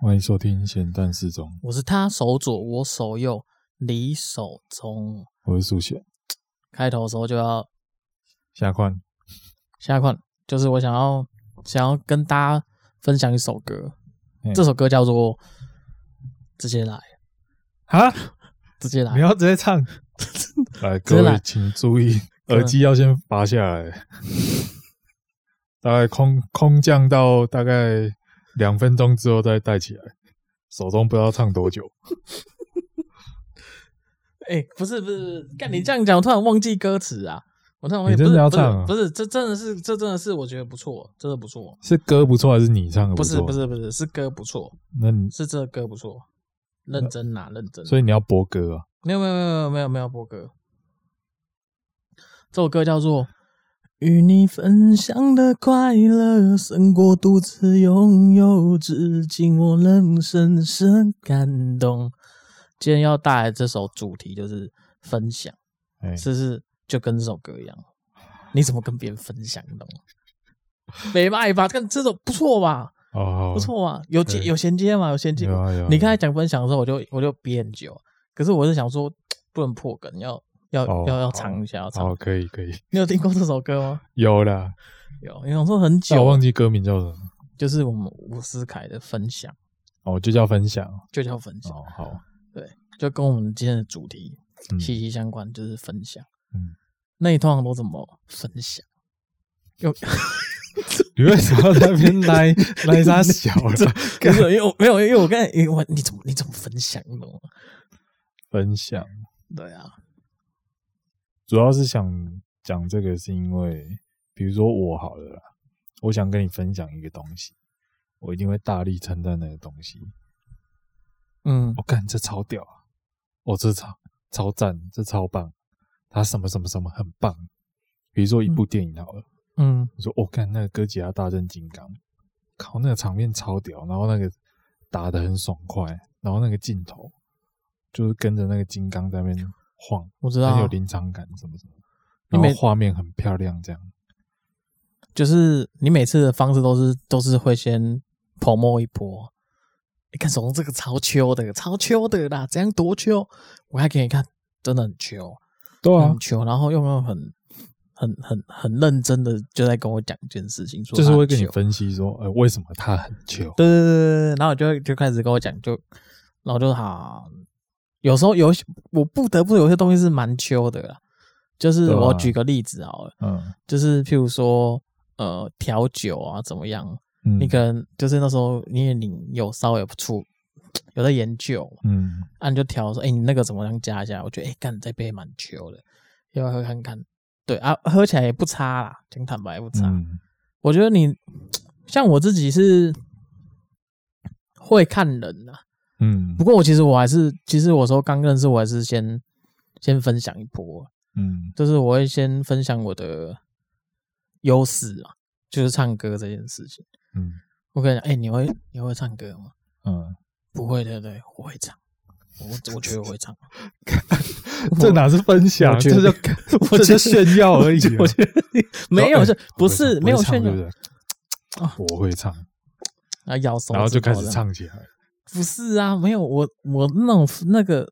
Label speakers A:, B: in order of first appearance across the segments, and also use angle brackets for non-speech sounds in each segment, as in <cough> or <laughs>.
A: 欢迎收听咸蛋四中，
B: 我是他手左，我手右，你手中。
A: 我是苏贤。
B: 开头的时候就要
A: 下款
B: 下一款，就是我想要想要跟大家分享一首歌
A: 嘿，
B: 这首歌叫做《直接来》，
A: 啊，
B: 直接
A: <laughs> 你
B: 来，
A: 要直接
B: <laughs>
A: 唱，来
B: 直接
A: 各
B: 来
A: 位请注意，
B: 各
A: 耳
B: 位
A: 机要先拔下来，大概空空降到大概两分钟之后再戴起来，手中不知道唱多久。
B: 哎、不是不是，不是干你这样讲，我突然忘记歌词啊！我突然忘记，
A: 你真的
B: 不是
A: 要唱啊
B: 不是？不是，这真的是，这真的是，我觉得不错，真的不错。
A: 是歌不错还是你唱的
B: 不是
A: 错？
B: 不，是不是，是歌不错，
A: 那你
B: 是这个歌不错，认真呐、认真。
A: 呃所以你要播歌啊？
B: 没有没有没有没有没有播歌，这首歌叫做《与你分享的快乐胜过独自拥有》，至今我仍深深感动。今天要带来这首主题就是分享，
A: 哎，
B: 是不是就跟这首歌一样？你怎么跟别人分享你懂吗？没卖吧？看这首不错吧？
A: 哦，
B: 不错嘛，有接
A: 对
B: 有衔接嘛，有衔接。
A: 有啊有啊
B: 你刚才讲分享的时候，我就我就憋很久，可是我是想说不能破梗，要要
A: 哦
B: 要要
A: 好
B: 唱一下，要
A: 好，
B: 唱。
A: 可以可以，
B: 你有听过这首歌吗？
A: 有啦，
B: 有，啊因为我说很
A: 但我
B: 久，
A: 忘记歌名叫什么，
B: 就是我们伍思凯的分享，
A: 哦，就叫分享。
B: 就叫分享，
A: 哦，
B: <laughs>
A: 好，
B: 就跟我们今天的主题
A: 嗯
B: 息息相关，就是分享。
A: 嗯，
B: 那你通常都怎么分
A: <laughs>
B: 享？有，
A: 你为什么在那 <laughs>
B: <laughs>
A: 边来来他小了？
B: 可是因为我没有，因为我刚才因为我你怎么你怎么分享，你懂吗？
A: 分享
B: 对啊，
A: 主要是想讲这个，是因为比如说我好了啦，我想跟你分享一个东西，我一定会大力称赞那个东西。
B: 嗯
A: 我、干，这超屌啊！哦，这超超赞，这超棒，他什么什么什么很棒。比如说一部电影好了，
B: 嗯
A: 你说我看、干那个哥吉拉大战金刚，靠那个场面超屌，然后那个打的很爽快，然后那个镜头就是跟着那个金刚在那边晃，
B: 我知道啊
A: 很有临场感，什么什么，
B: 你
A: 然后
B: 每
A: 画面很漂亮，这样
B: 就是你每次的方式都是都是会先 promo 一波。你看手中这个超秋的，超秋的啦，怎样多秋？我还给你看，真的很秋，
A: 对
B: 很秋。然后用那种很很很很认真的就在跟我讲一件事情，说
A: 就是
B: 他
A: 会
B: 很
A: 跟你
B: 秋
A: 分析说，呃，为什么他很球？
B: 对对对对对，然后我就就开始跟我讲，就然后我就好。有时候有一些我不得不有些东西是蛮秋的啦，就是
A: 对啊
B: 我举个例子好了，
A: 嗯
B: 就是譬如说呃调酒啊怎么样，
A: 嗯，
B: 你可能就是那时候，因为你有稍微有出有在研究，
A: 嗯，
B: 啊，你就调说，哎、你那个怎么样加一下？我觉得，哎、干这杯蛮秋的，要不要喝看看？对啊，喝起来也不差啦，讲坦白不差。
A: 嗯
B: 我觉得你像我自己是会看人呐、啊
A: 嗯
B: 不过我其实我还是，其实我有时候刚认识，我还是先先分享一波，啊
A: 嗯
B: 就是我会先分享我的优势啊，就是唱歌这件事情。
A: 嗯
B: 我跟你讲，哎、你会你会唱歌吗？
A: 嗯，
B: 不会，对不对？我会唱，我我觉得我会唱，
A: <laughs> 这哪是分享
B: 我，觉
A: 这
B: 得
A: 叫
B: <laughs>
A: <laughs> 这
B: 我觉
A: 叫
B: 得
A: 炫耀而已啊。
B: <laughs> 我觉得没有，
A: 哎
B: 是不是没有炫
A: 不
B: 耀
A: 会唱对不对？我会唱，
B: 啊？咬手，
A: 然后就开始，唱起来。
B: 不是啊？没有，我我那种那个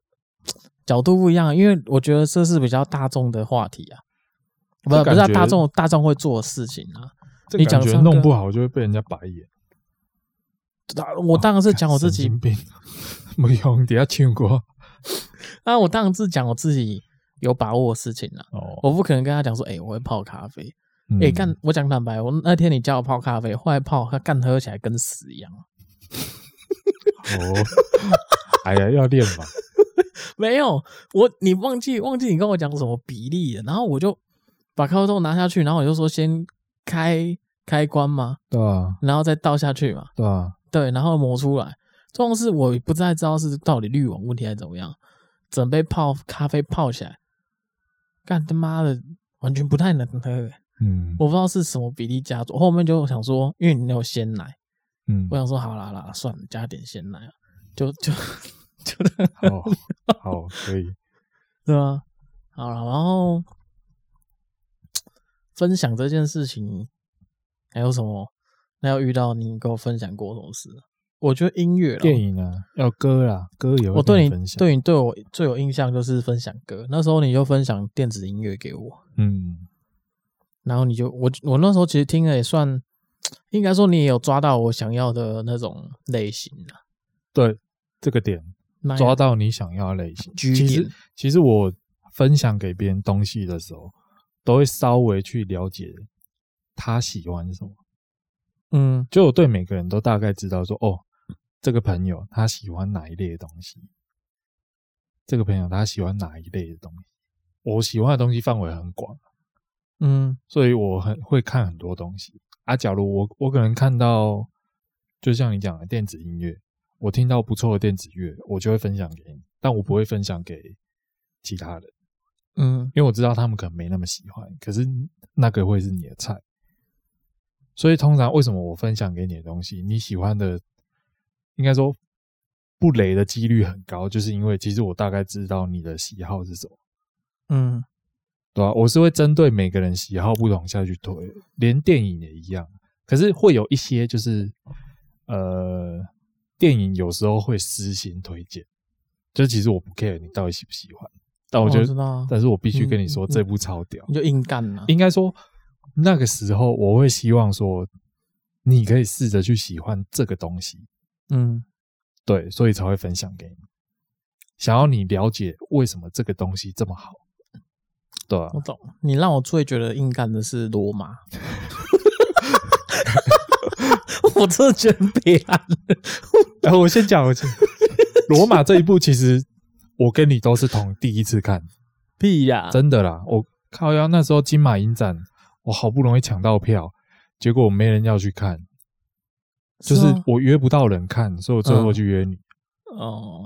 B: 角度不一样，啊因为我觉得这是比较大众的话题啊，不
A: 这
B: 不是啊
A: 感觉
B: 大众大众会做的事情啊。
A: 这
B: 你
A: 感
B: 讲
A: 觉
B: 唱歌
A: 弄不好就会被人家白眼。
B: 我当然是讲我自己
A: 神经病， <laughs> 没用，底下唱
B: <laughs>
A: 歌
B: 啊，我当然是讲我自己有把握的事情啊，
A: 哦。
B: 我不可能跟他讲说，哎、我会泡咖啡，
A: 嗯
B: 哎、干！我讲坦白，我那天你叫我泡咖啡，后来泡，它干喝起来跟屎一样。
A: 哦， <laughs> 哎呀，要练嘛。
B: 没有，我你忘记忘记你跟我讲什么比例了，然后我就把咖啡豆拿下去，然后我就说先开开关嘛，
A: 对啊，
B: 然后再倒下去嘛，
A: 对啊，
B: 对，然后磨出来。重要是我不再知道是到底滤网问题还是怎么样，整杯泡咖啡泡起来，干他妈的完全不太能喝、欸
A: 嗯，
B: 我不知道是什么比例加注，后面就想说，因为你有鲜奶。
A: 嗯
B: 我，想说，好啦啦，算了，加点鲜奶啊，就就就
A: 好，好，可
B: <laughs>
A: 以。
B: 对啊，好了，然后分享这件事情还有什么？那要遇到你给我分享过什么事？我觉得音乐啦
A: 电影啊，要歌啦，歌也会
B: 我对
A: 跟
B: 你
A: 分享。
B: 对你对我最有印象就是分享歌，那时候你就分享电子音乐给我，
A: 嗯，
B: 然后你就我我那时候其实听了也算，应该说你也有抓到我想要的那种类型啊，
A: 对，这个点
B: 那
A: 抓到你想要的类型。
B: G
A: 其实
B: 点
A: 其实我分享给别人东西的时候，都会稍微去了解他喜欢什么。
B: 嗯
A: 就我对每个人都大概知道说，哦，这个朋友他喜欢哪一类的东西，这个朋友他喜欢哪一类的东西。我喜欢的东西范围很广，
B: 嗯
A: 所以我很会看很多东西啊。假如我我可能看到，就像你讲的电子音乐，我听到不错的电子乐，我就会分享给你，但我不会分享给其他人，
B: 嗯
A: 因为我知道他们可能没那么喜欢，可是那个会是你的菜。所以通常为什么我分享给你的东西，你喜欢的，应该说不雷的几率很高，就是因为其实我大概知道你的喜好是什么。
B: 嗯
A: 对啊，我是会针对每个人喜好不同下去推，连电影也一样。可是会有一些就是，呃，电影有时候会私心推荐，就其实我不 care 你到底喜不喜欢，但我觉
B: 我
A: 得，
B: 知道啊
A: 但是我必须跟
B: 嗯
A: 你说、
B: 嗯
A: 这部超屌。
B: 你就硬干啊了，
A: 应该说那个时候我会希望说，你可以试着去喜欢这个东西，
B: 嗯
A: 对，所以才会分享给你，想要你了解为什么这个东西这么好，对啊，
B: 我懂，你让我最觉得硬干的是罗马。 <laughs> 我真的觉得悲哀。
A: 然后呃我先讲，我先罗马这一部其实我跟你都是同第一次看，
B: 屁呀、
A: 真的啦。我靠腰那时候金马影展，我好不容易抢到票，结果没人要去看，就是
B: 吗嗯
A: 我约不到人看，所以我最后去约你。
B: 哦，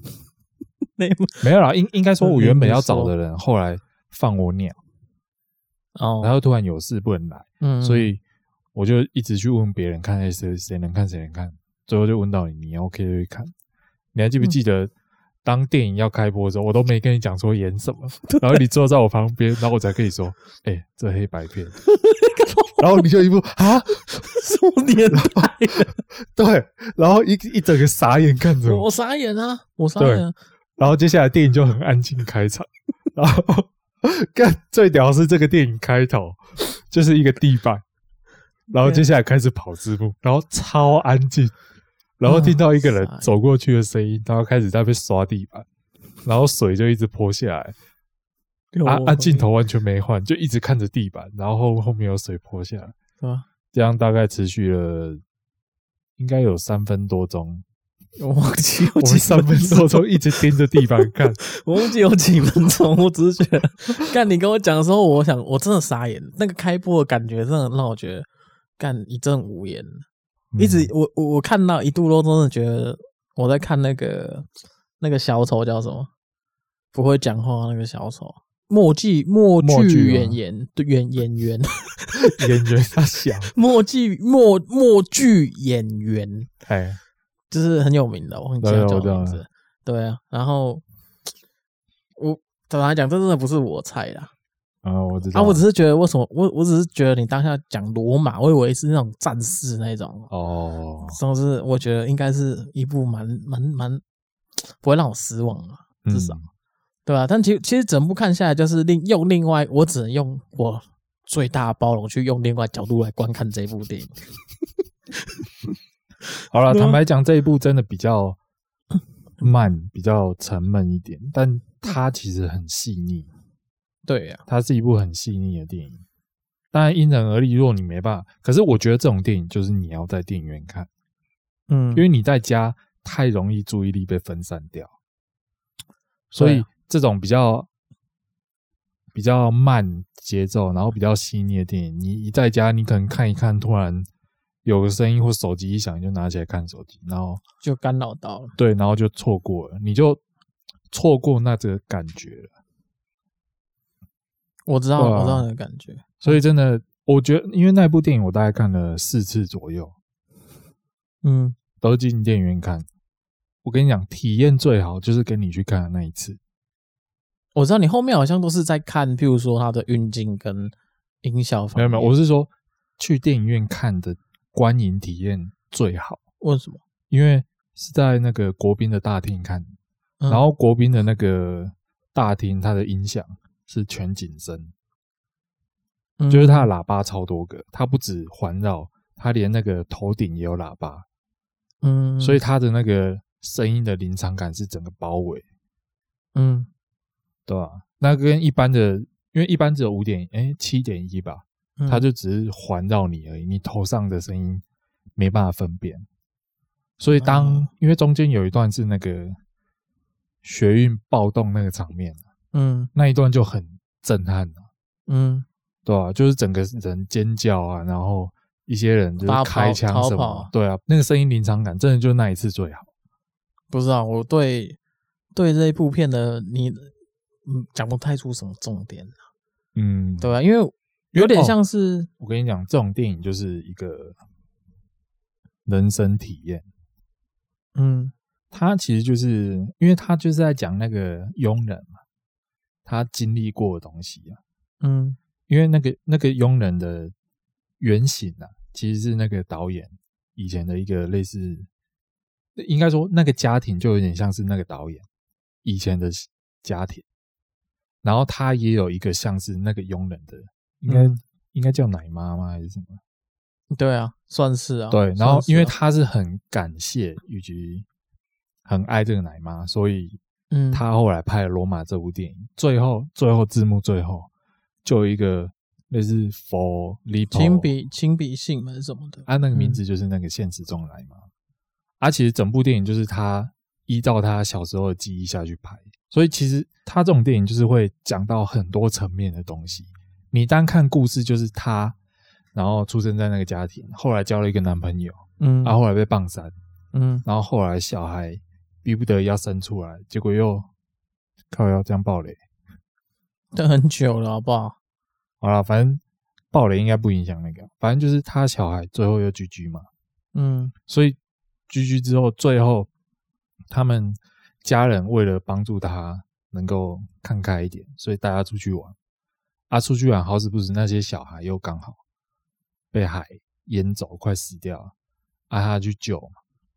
B: <laughs> 那部
A: 没有啦，应应该说我原本要找
B: 嗯
A: 的人，后来放我鸟，
B: 哦，
A: 然后突然有事不能来，
B: 嗯
A: 所以我就一直去问别人看，哎谁谁能看谁能看，最后就问到你，你 OK 就去看。你还记不记得当电影要开播的时候，我都没跟你讲说演什么，然后你坐在我旁边，然后我才跟你说，哎、这黑白片， <laughs> 然后你就一副啊，
B: 什么年代的？
A: 对，然后一一整个傻眼看着我
B: 我，傻眼啊！我傻眼、啊。
A: 然后接下来电影就很安静开场， <laughs> 然后干最屌的是这个电影开头就是一个地板，然后接下来开始跑字幕，然后超安静，然后听到一个人
B: 哇塞
A: 走过去的声音，然后开始在被刷地板，然后水就一直泼下来，
B: 哦
A: 啊啊镜头完全没换，就一直看着地板，然后后后面有水泼下来，
B: 对吧？
A: 这样大概持续了应该有三分多钟。
B: 我忘记有
A: 我
B: 几
A: 们三分
B: 钟，
A: 多钟一直盯着地板
B: <laughs>
A: 看，
B: 我忘记有几分钟。我只是觉得，干你跟我讲的时候，我想我真的傻眼。那个开播的感觉真的让我觉得，干一阵无言。一直
A: 嗯
B: 我我我看到一度都真的觉得我在看那个那个小丑叫什么，不会讲话那个小丑，默剧默
A: 默剧吗
B: 剧演员对演演员 <laughs>
A: 演员他小，
B: 默剧默默剧演员，
A: <laughs> 哎，
B: 就是很有名的，我忘记他
A: 对我
B: 叫什
A: 知道
B: 么名字。对啊，然后我怎么来讲，这真的不是我菜啦。
A: 啊，我知道，
B: 啊，我只是觉得为什么我我只是觉得你当下讲罗马，我以为是那种战士那种，
A: 哦，
B: 总之，我觉得应该是一部蛮蛮蛮不会让我失望啊，至少、
A: 嗯
B: 对吧、但其实其实整部看下来，就是另用另外，我只能用我最大的包容去用另外角度来观看这部电影。
A: 好了，
B: 对啊
A: 坦白讲，这一部真的比
B: <laughs>
A: 较慢，比较沉闷一点，但它其实很细腻，
B: 对啊呀、
A: 它是一部很细腻的电影。当然因人而异，如果你没办法，可是我觉得这种电影就是你要在电影院看，
B: 嗯，
A: 因为你在家太容易注意力被分散掉，所
B: 对
A: 以
B: 啊
A: 这种比较比较慢节奏，然后比较细腻的电影，你一在家，你可能看一看，突然有个声音或手机一响，你就拿起来看手机，然后
B: 就干扰到了。
A: 对，然后就错过了，你就错过那这个感觉了。
B: 我知道，
A: 对啊
B: 我知道你的感觉。
A: 所以真的，我觉得因为那部电影我大概看了四次左右，
B: 嗯，
A: 都是进电影院看。我跟你讲，体验最好就是跟你去看的那一次。
B: 我知道你后面好像都是在看，譬如说它的运镜跟音效方
A: 没有没有，
B: 面
A: 我是说去电影院看的观影体验最好。
B: 问什么？
A: 因为是在那个国宾的大厅看，
B: 嗯
A: 然后国宾的那个大厅，它的音响是全景声，
B: 嗯
A: 就是它的喇叭超多个，它不止环绕，它连那个头顶也有喇叭，
B: 嗯，
A: 所以它的那个声音的临场感是整个包围，
B: 嗯
A: 对吧、那跟一般的，因为一般只有五点哎七点一吧，
B: 嗯
A: 它就只是环绕你而已，你头上的声音没办法分辨。所以当、
B: 嗯
A: 因为中间有一段是那个学运暴动那个场面，
B: 嗯
A: 那一段就很震撼了，
B: 嗯
A: 对吧、就是整个人尖叫啊，然后一些人就
B: 大
A: 是
B: 跑
A: 开枪什
B: 逃跑
A: 么
B: 啊，
A: 对啊，那个声音临场感真的就那一次最好。
B: 不知道，我对对这一部片的你嗯讲不太出什么重点，啊
A: 嗯，
B: 对啊，因为
A: 因为
B: 有点
A: 哦
B: 像是
A: 我跟你讲，这种电影就是一个人生体验。
B: 嗯
A: 他其实就是因为他就是在讲那个佣人嘛，他经历过的东西啊。
B: 嗯
A: 因为那个那个佣人的原型啊，其实是那个导演以前的一个类似，应该说那个家庭就有点像是那个导演以前的家庭，然后他也有一个像是那个佣人的，应该、
B: 嗯
A: 应该叫奶妈吗还是什么？
B: 对啊，算是啊，
A: 对，然后
B: 算是
A: 因为
B: 啊
A: 他是很感谢以及很爱这个奶妈，所以
B: 嗯
A: 他后来拍了《罗马》这部电影，最后最后字幕最后就有一个类似 for l i p
B: 亲笔亲笔信还是什么的，
A: 啊，那个名
B: 嗯
A: 字就是那个现实中来嘛。啊，其实整部电影就是他依照他小时候的记忆下去拍，所以其实他这种电影就是会讲到很多层面的东西。你单看故事就是他，然后出生在那个家庭，后来交了一个男朋友，
B: 嗯
A: 啊，后来被棒杀，
B: 嗯
A: 然后后来小孩逼不得已要生出来，结果又靠要这样暴雷。
B: 等很久了，好不好？
A: 好了，反正暴雷应该不影响那个，啊反正就是他小孩最后又居居嘛，
B: 嗯
A: 所以居居之后，最后他们家人为了帮助他能够看开一点，所以带他出去玩。啊，出去玩好死不死，那些小孩又刚好被海淹走，快死掉了，啊，他去救嘛。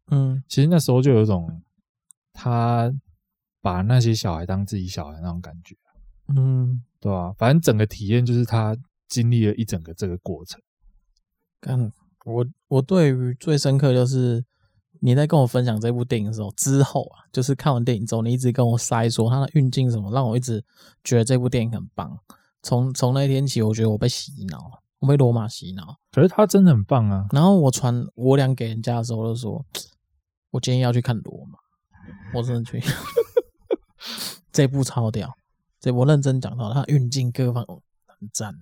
B: 嗯
A: 其实那时候就有一种他把那些小孩当自己小孩那种感觉，
B: 嗯，
A: 对吧、反正整个体验就是他经历了一整个这个过程。
B: 看我我对于最深刻就是你在跟我分享这部电影的时候，之后啊，就是看完电影之后，你一直跟我塞说它的运镜什么，让我一直觉得这部电影很棒。从从那一天起，我觉得我被洗脑了，我被罗马洗脑。
A: 可是他真的很棒啊！
B: 然后我传我俩给人家的时候，我就说，我今天要去看罗马，我真的去， <laughs> 这部超屌，这我认真讲到它运镜各方哦很赞，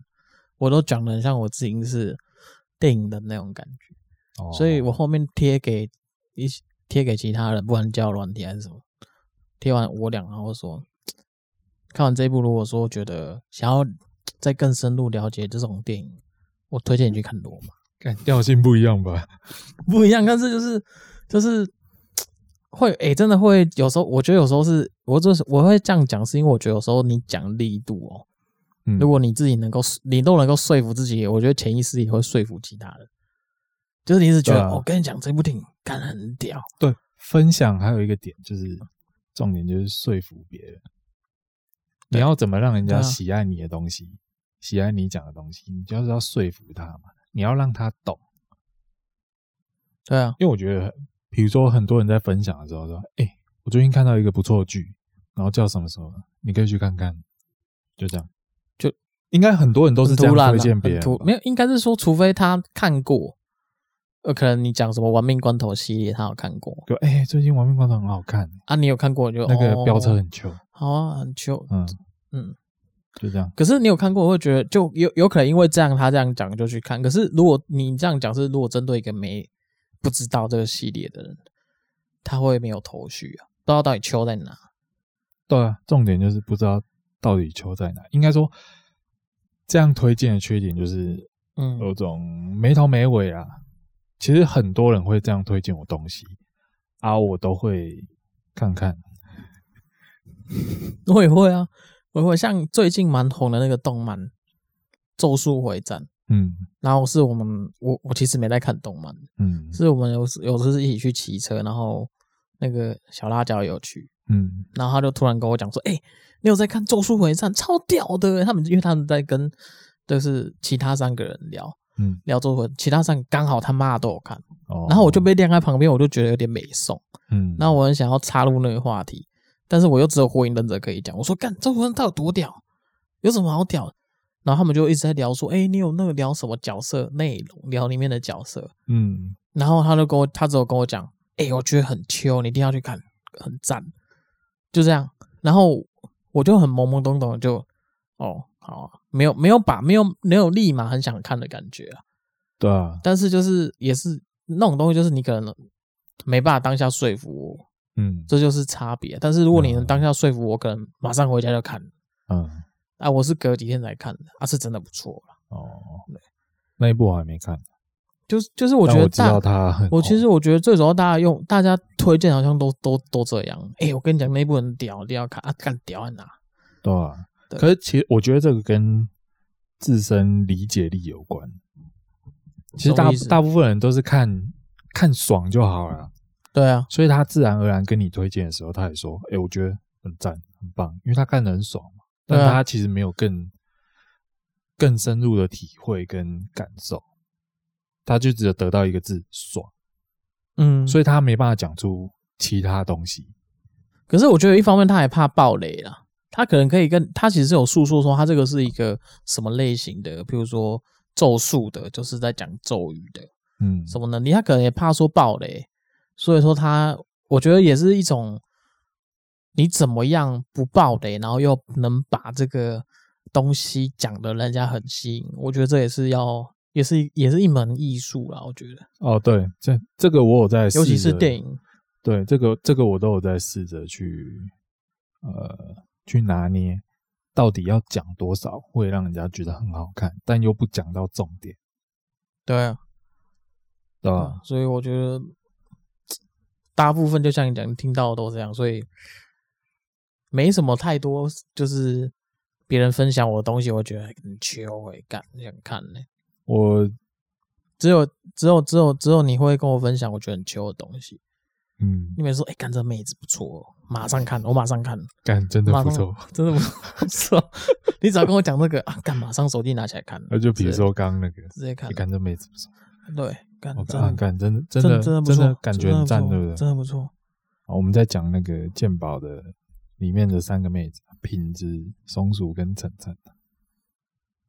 B: 我都讲的很像我自己是电影的那种感觉，
A: 哦
B: 所以我后面贴给一些贴给其他人，不管叫软体还是什么，贴完我俩，然后说，看完这一部，如果说觉得想要再更深入了解这种电影，我推荐你去看罗马。
A: 感调性不一样吧？
B: 不一样，但是就是就是会诶、真的会有时候，我觉得有时候是我就是我会这样讲，是因为我觉得有时候你讲力度哦，
A: 嗯
B: 如果你自己能够你都能够说服自己，我觉得潜意识也会说服其他人。就是你一直觉得，
A: 对啊
B: 我、跟你讲，这部电影干得很屌，
A: 对，分享还有一个点就是，重点就是说服别人。你要怎么让人家
B: 对啊
A: 喜爱你的东西，喜爱你讲的东西，你就是要说服他嘛。你要让他懂，
B: 对啊，
A: 因为我觉得，比如说很多人在分享的时候说：“哎、我最近看到一个不错的剧，然后叫什么什么，你可以去看看。”就这样，
B: 就
A: 应该很多人都是
B: 很
A: 这
B: 突
A: 样
B: 然
A: 推
B: 啊
A: 荐别
B: 很
A: 人
B: 突
A: 吧。
B: 没有，应该是说，除非他看过，呃，可能你讲什么《亡命关头》系列，他有看过
A: 就哎、最近《亡命关头》很好看，
B: 啊，你有看过你就
A: 那个飙车
B: 哦
A: 很糗，
B: 好啊，很就
A: 嗯
B: 嗯，
A: 就这样。
B: 可是你有看过，我会觉得就有有可能因为这样他这样讲就去看。可是如果你这样讲是如果针对一个没不知道这个系列的人，他会没有头绪啊，不知道到底秋在哪。
A: 对啊，重点就是不知道到底球在哪。应该说，这样推荐的缺点就是
B: 嗯
A: 有种没头没尾啦。其实很多人会这样推荐我东西啊，我都会看看。
B: 我也会啊，我也会像最近蛮红的那个动漫《咒术回战》，
A: 嗯
B: 然后是我们我我其实没在看动漫，
A: 嗯
B: 是我们有时有时是一起去骑车，然后那个小辣椒也有去，
A: 嗯
B: 然后他就突然跟我讲说：“哎、你有在看《咒术回战》？超屌的！”欸他们因为他们在跟就是其他三个人聊
A: 嗯，
B: 聊《咒术回战》，其他三个刚好他妈都有看，
A: 哦，
B: 然后我就被晾在旁边，我就觉得有点美送。
A: 嗯，
B: 然后我很想要插入那个话题，但是我又只有火影忍者可以讲。我说干，这火影到底有多屌？有什么好屌的？然后他们就一直在聊说，哎、你有那个聊什么角色内容，聊里面的角色。
A: 嗯
B: 然后他就跟我，他只有跟我讲，哎、我觉得很秋，你一定要去看，很赞，就这样。然后我就很懵懵懂懂的就，哦，好、啊，没有没有把没有没有立马很想看的感觉啊。
A: 对啊，
B: 但是就是也是那种东西，就是你可能没办法当下说服我，
A: 嗯
B: 这就是差别。但是如果你能
A: 嗯
B: 当下说服我，可能马上回家就看。
A: 嗯
B: 啊，我是隔几天才看的，啊，是真的不错啦
A: 哦，那一部我还没看，
B: 就是就是，我觉
A: 但
B: 得
A: 我知
B: 大，
A: 道它很红，
B: 我其实我觉得最主要大家用大家推荐好像都都都这样。哎、我跟你讲，那部很屌，一定要看啊，干屌在哪？
A: 对啊，
B: 对
A: 可是其实我觉得这个跟自身理解力有关。其实
B: 什
A: 大
B: 么意思
A: 大部分人都是看看爽就好了，
B: 对啊，
A: 所以他自然而然跟你推荐的时候，他也说：“哎、我觉得很赞，很棒。”因为他看得很爽嘛，
B: 对啊
A: 但他其实没有更更深入的体会跟感受，他就只有得到一个字“爽”，
B: 嗯，
A: 所
B: 以
A: 以他没办法讲出其他东西。
B: 可是我觉得一方面他还怕暴雷啦，他可能可以跟他其实是有诉说说他这个是一个什么类型的，譬如说咒术的，就是在讲咒语的，
A: 嗯，
B: 什么能力，他可能也怕说暴雷，所以说他我觉得也是一种你怎么样不暴雷，然后又能把这个东西讲的人家很吸引，我觉得这也是要也是也是一门艺术啦，我觉得，
A: 哦，对，这这个我有在试着，
B: 尤其是电影，
A: 对，这个这个我都有在试着去呃去拿捏，到底要讲多少会让人家觉得很好看，但又不讲到重点，
B: 对啊，
A: 对吧？
B: 啊所以我觉得大部分就像你讲，听到的都这样，所以没什么太多，就是别人分享我的东西，我觉得很秋哎、欸，干想看呢、
A: 我
B: 只有只有只有只有你会跟我分享我觉得很秋的东西。
A: 嗯，
B: 你每次说，哎、干这妹子不错、哦，马上看，我马上看，
A: 干真的
B: 马
A: 不
B: 上
A: 错。，
B: 真的不错。 <laughs> 哦你只要跟我讲这个啊，干马上手机拿起来看，
A: 那呃就比如
B: 直接
A: 说刚刚那个，
B: 直接看
A: 你，看这妹子不错，
B: 对，干
A: 我
B: 真
A: 看啊
B: 的
A: 干真的真
B: 真
A: 的
B: 真的不
A: 真
B: 错
A: 的感觉很赞，
B: 真
A: 对不对？
B: 的不错真的不错，
A: 好我们在讲那个鉴宝的里面的三个妹子，品质、松鼠跟晨晨。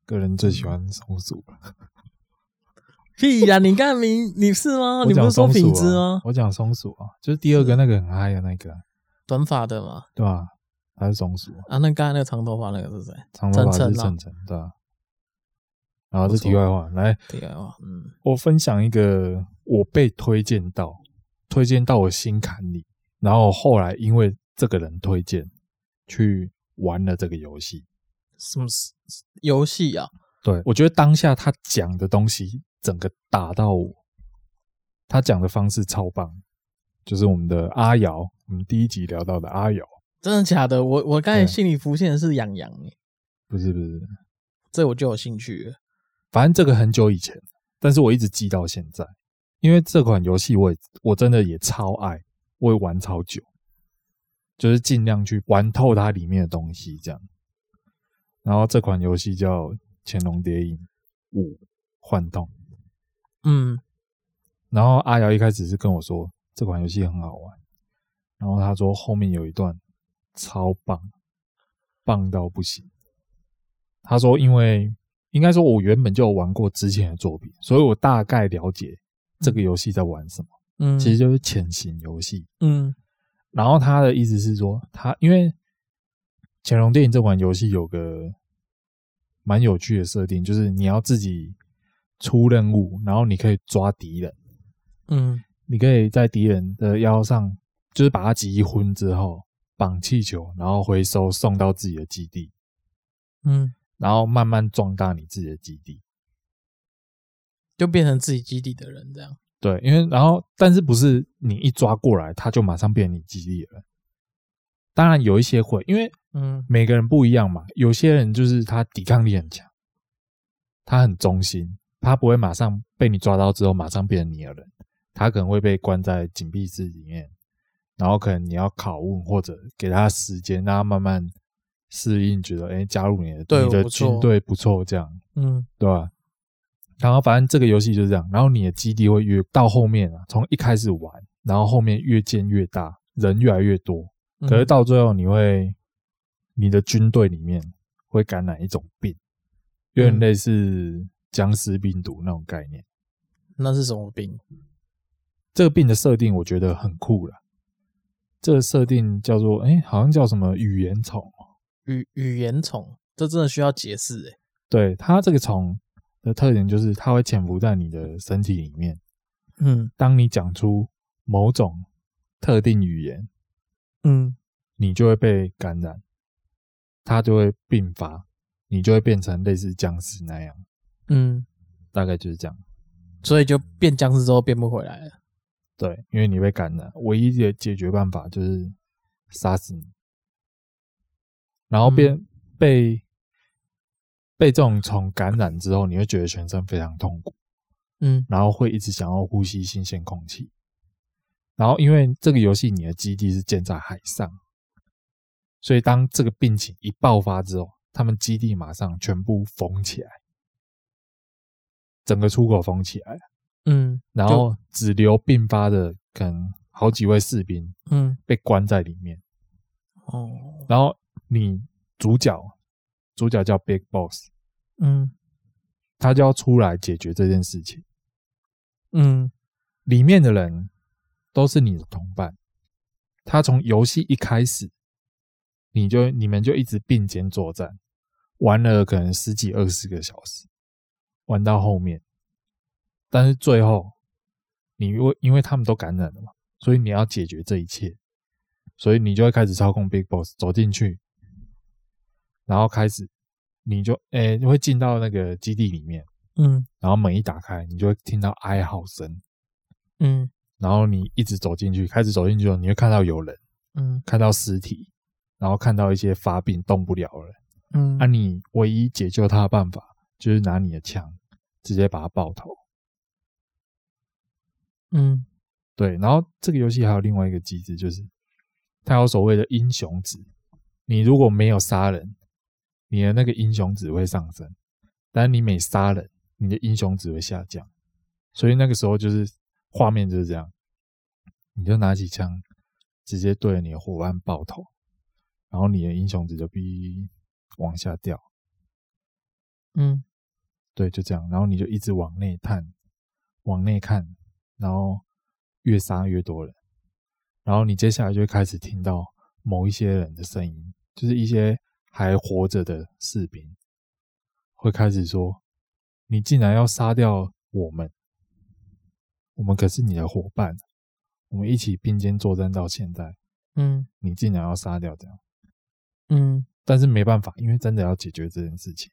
A: 个人
B: 嗯
A: 最喜欢松鼠了。
B: 屁呀！你干明你是吗？
A: 我
B: 你不
A: 讲
B: 是
A: 松
B: 说
A: 鼠
B: 品质
A: 啊
B: 吗？嗯
A: 我讲松鼠啊，就是第二个那个很嗨的那个啊，
B: 短发的嘛，
A: 对吧？他是松鼠啊，
B: 啊，那刚才那个长头发那个是谁？
A: 长头发
B: 晨
A: 是
B: 晨啊
A: 晨晨，对吧？然后
B: 不
A: 这
B: 错
A: 题外话，来，
B: 对啊，嗯，
A: 我分享一个我被推荐到，推荐到我心坎里，然后后来因为这个人推荐去玩了这个游戏。
B: 什么是游戏啊？
A: 对，我觉得当下他讲的东西整个打到我，他讲的方式超棒，就是我们的阿瑶，我们第一集聊到的阿瑶，
B: 真的假的？我我刚才
A: 对
B: 心里浮现的是痒痒欸，
A: 不是不是，
B: 这我就有兴趣了。
A: 反正这个很久以前，但是我一直记到现在，因为这款游戏我也我真的也超爱，我也玩超久，就是尽量去玩透它里面的东西这样。然后这款游戏叫《潜龙谍影五幻动》，
B: 嗯，
A: 然后阿瑶一开始是跟我说这款游戏很好玩，然后他说后面有一段超棒，棒到不行。他说因为应该说我原本就有玩过之前的作品，所以我大概了解这个游戏在玩什么，
B: 嗯，
A: 其实就是潜行游戏。
B: 嗯
A: 然后他的意思是说，他因为《潜龙电影》这款游戏有个蛮有趣的设定，就是你要自己出任务，然后你可以抓敌人。
B: 嗯
A: 你可以在敌人的腰上，就是把它击昏之后，绑气球，然后回收送到自己的基地，
B: 嗯，
A: 然后慢慢壮大你自己的基地。
B: 就变成自己基地的人这样。
A: 对，因为然后但是不是你一抓过来，它就马上变你基地了。当然有一些会，因为
B: 嗯
A: 每个人不一样嘛，有些人就是他抵抗力很强，他很忠心，他不会马上被你抓到之后马上变成你的人，他可能会被关在紧闭室里面，然后可能你要拷问或者给他时间，让他慢慢适应，觉得哎、诶加入你的
B: 对
A: 你
B: 我
A: 的
B: 不错
A: 军队不错，这样
B: 嗯
A: 对吧、然后反正这个游戏就是这样，然后你的基地会越到后面啊，从一开始玩，然后后面越建越大，人越来越多，
B: 嗯
A: 可是到最后，你会你的军队里面会感染一种病，有点类似僵尸病毒那种概念。
B: 那是什么病？
A: 这个病的设定我觉得很酷了，这个设定叫做哎、好像叫什么语言虫。哦
B: 语语言虫，这真的需要解释欸诶、
A: 对它这个虫的特点就是它会潜伏在你的身体里面，
B: 嗯
A: 当你讲出某种特定语言，
B: 嗯，
A: 你就会被感染，它就会并发，你就会变成类似僵尸那样，
B: 嗯，
A: 大概就是这样。
B: 所以就变僵尸之后变不回来了。
A: 对，因为你被感染，唯一的解决办法就是杀死你，然后变、被被这种虫感染之后，你会觉得全身非常痛苦，
B: 嗯
A: 然后会一直想要呼吸新鲜空气。然后因为这个游戏你的基地是建在海上，所以当这个病情一爆发之后，他们基地马上全部封起来，整个出口封起来。
B: 嗯
A: 然
B: 就
A: 后只留并发的可能好几位士兵
B: 嗯，
A: 被关在里面，
B: 哦，
A: 然后你主角主角叫 Big Boss，
B: 嗯
A: 他就要出来解决这件事情。
B: 嗯
A: 里面的人都是你的同伴，他从游戏一开始，你就你们就一直并肩作战，玩了可能十几二十个小时，玩到后面，但是最后，你因为因为他们都感染了嘛，所以你要解决这一切，所以你就会开始操控 Big Boss 走进去，然后开始，你就诶、你会进到那个基地里面，
B: 嗯
A: 然后门一打开，你就会听到哀嚎声。
B: 嗯
A: 然后你一直走进去，开始走进去之后，你会看到有人，
B: 嗯
A: 看到尸体，然后看到一些发病动不了的人。
B: 嗯
A: 那、啊、你唯一解救他的办法就是拿你的枪直接把他爆头。
B: 嗯
A: 对，然后这个游戏还有另外一个机制，就是它有所谓的英雄值，你如果没有杀人，你的那个英雄值会上升，但你每杀人，你的英雄值会下降，所以那个时候就是画面就是这样，你就拿起枪直接对着你的伙伴爆头，然后你的英雄值就逼往下掉。
B: 嗯
A: 对，就这样，然后你就一直往内探，往内看，然后越杀越多人，然后你接下来就会开始听到某一些人的声音，就是一些还活着的士兵会开始说：“你竟然要杀掉我们，我们可是你的伙伴，我们一起并肩作战到现在，
B: 嗯
A: 你竟然要杀掉这样。”
B: 嗯
A: 但是没办法，因为真的要解决这件事情，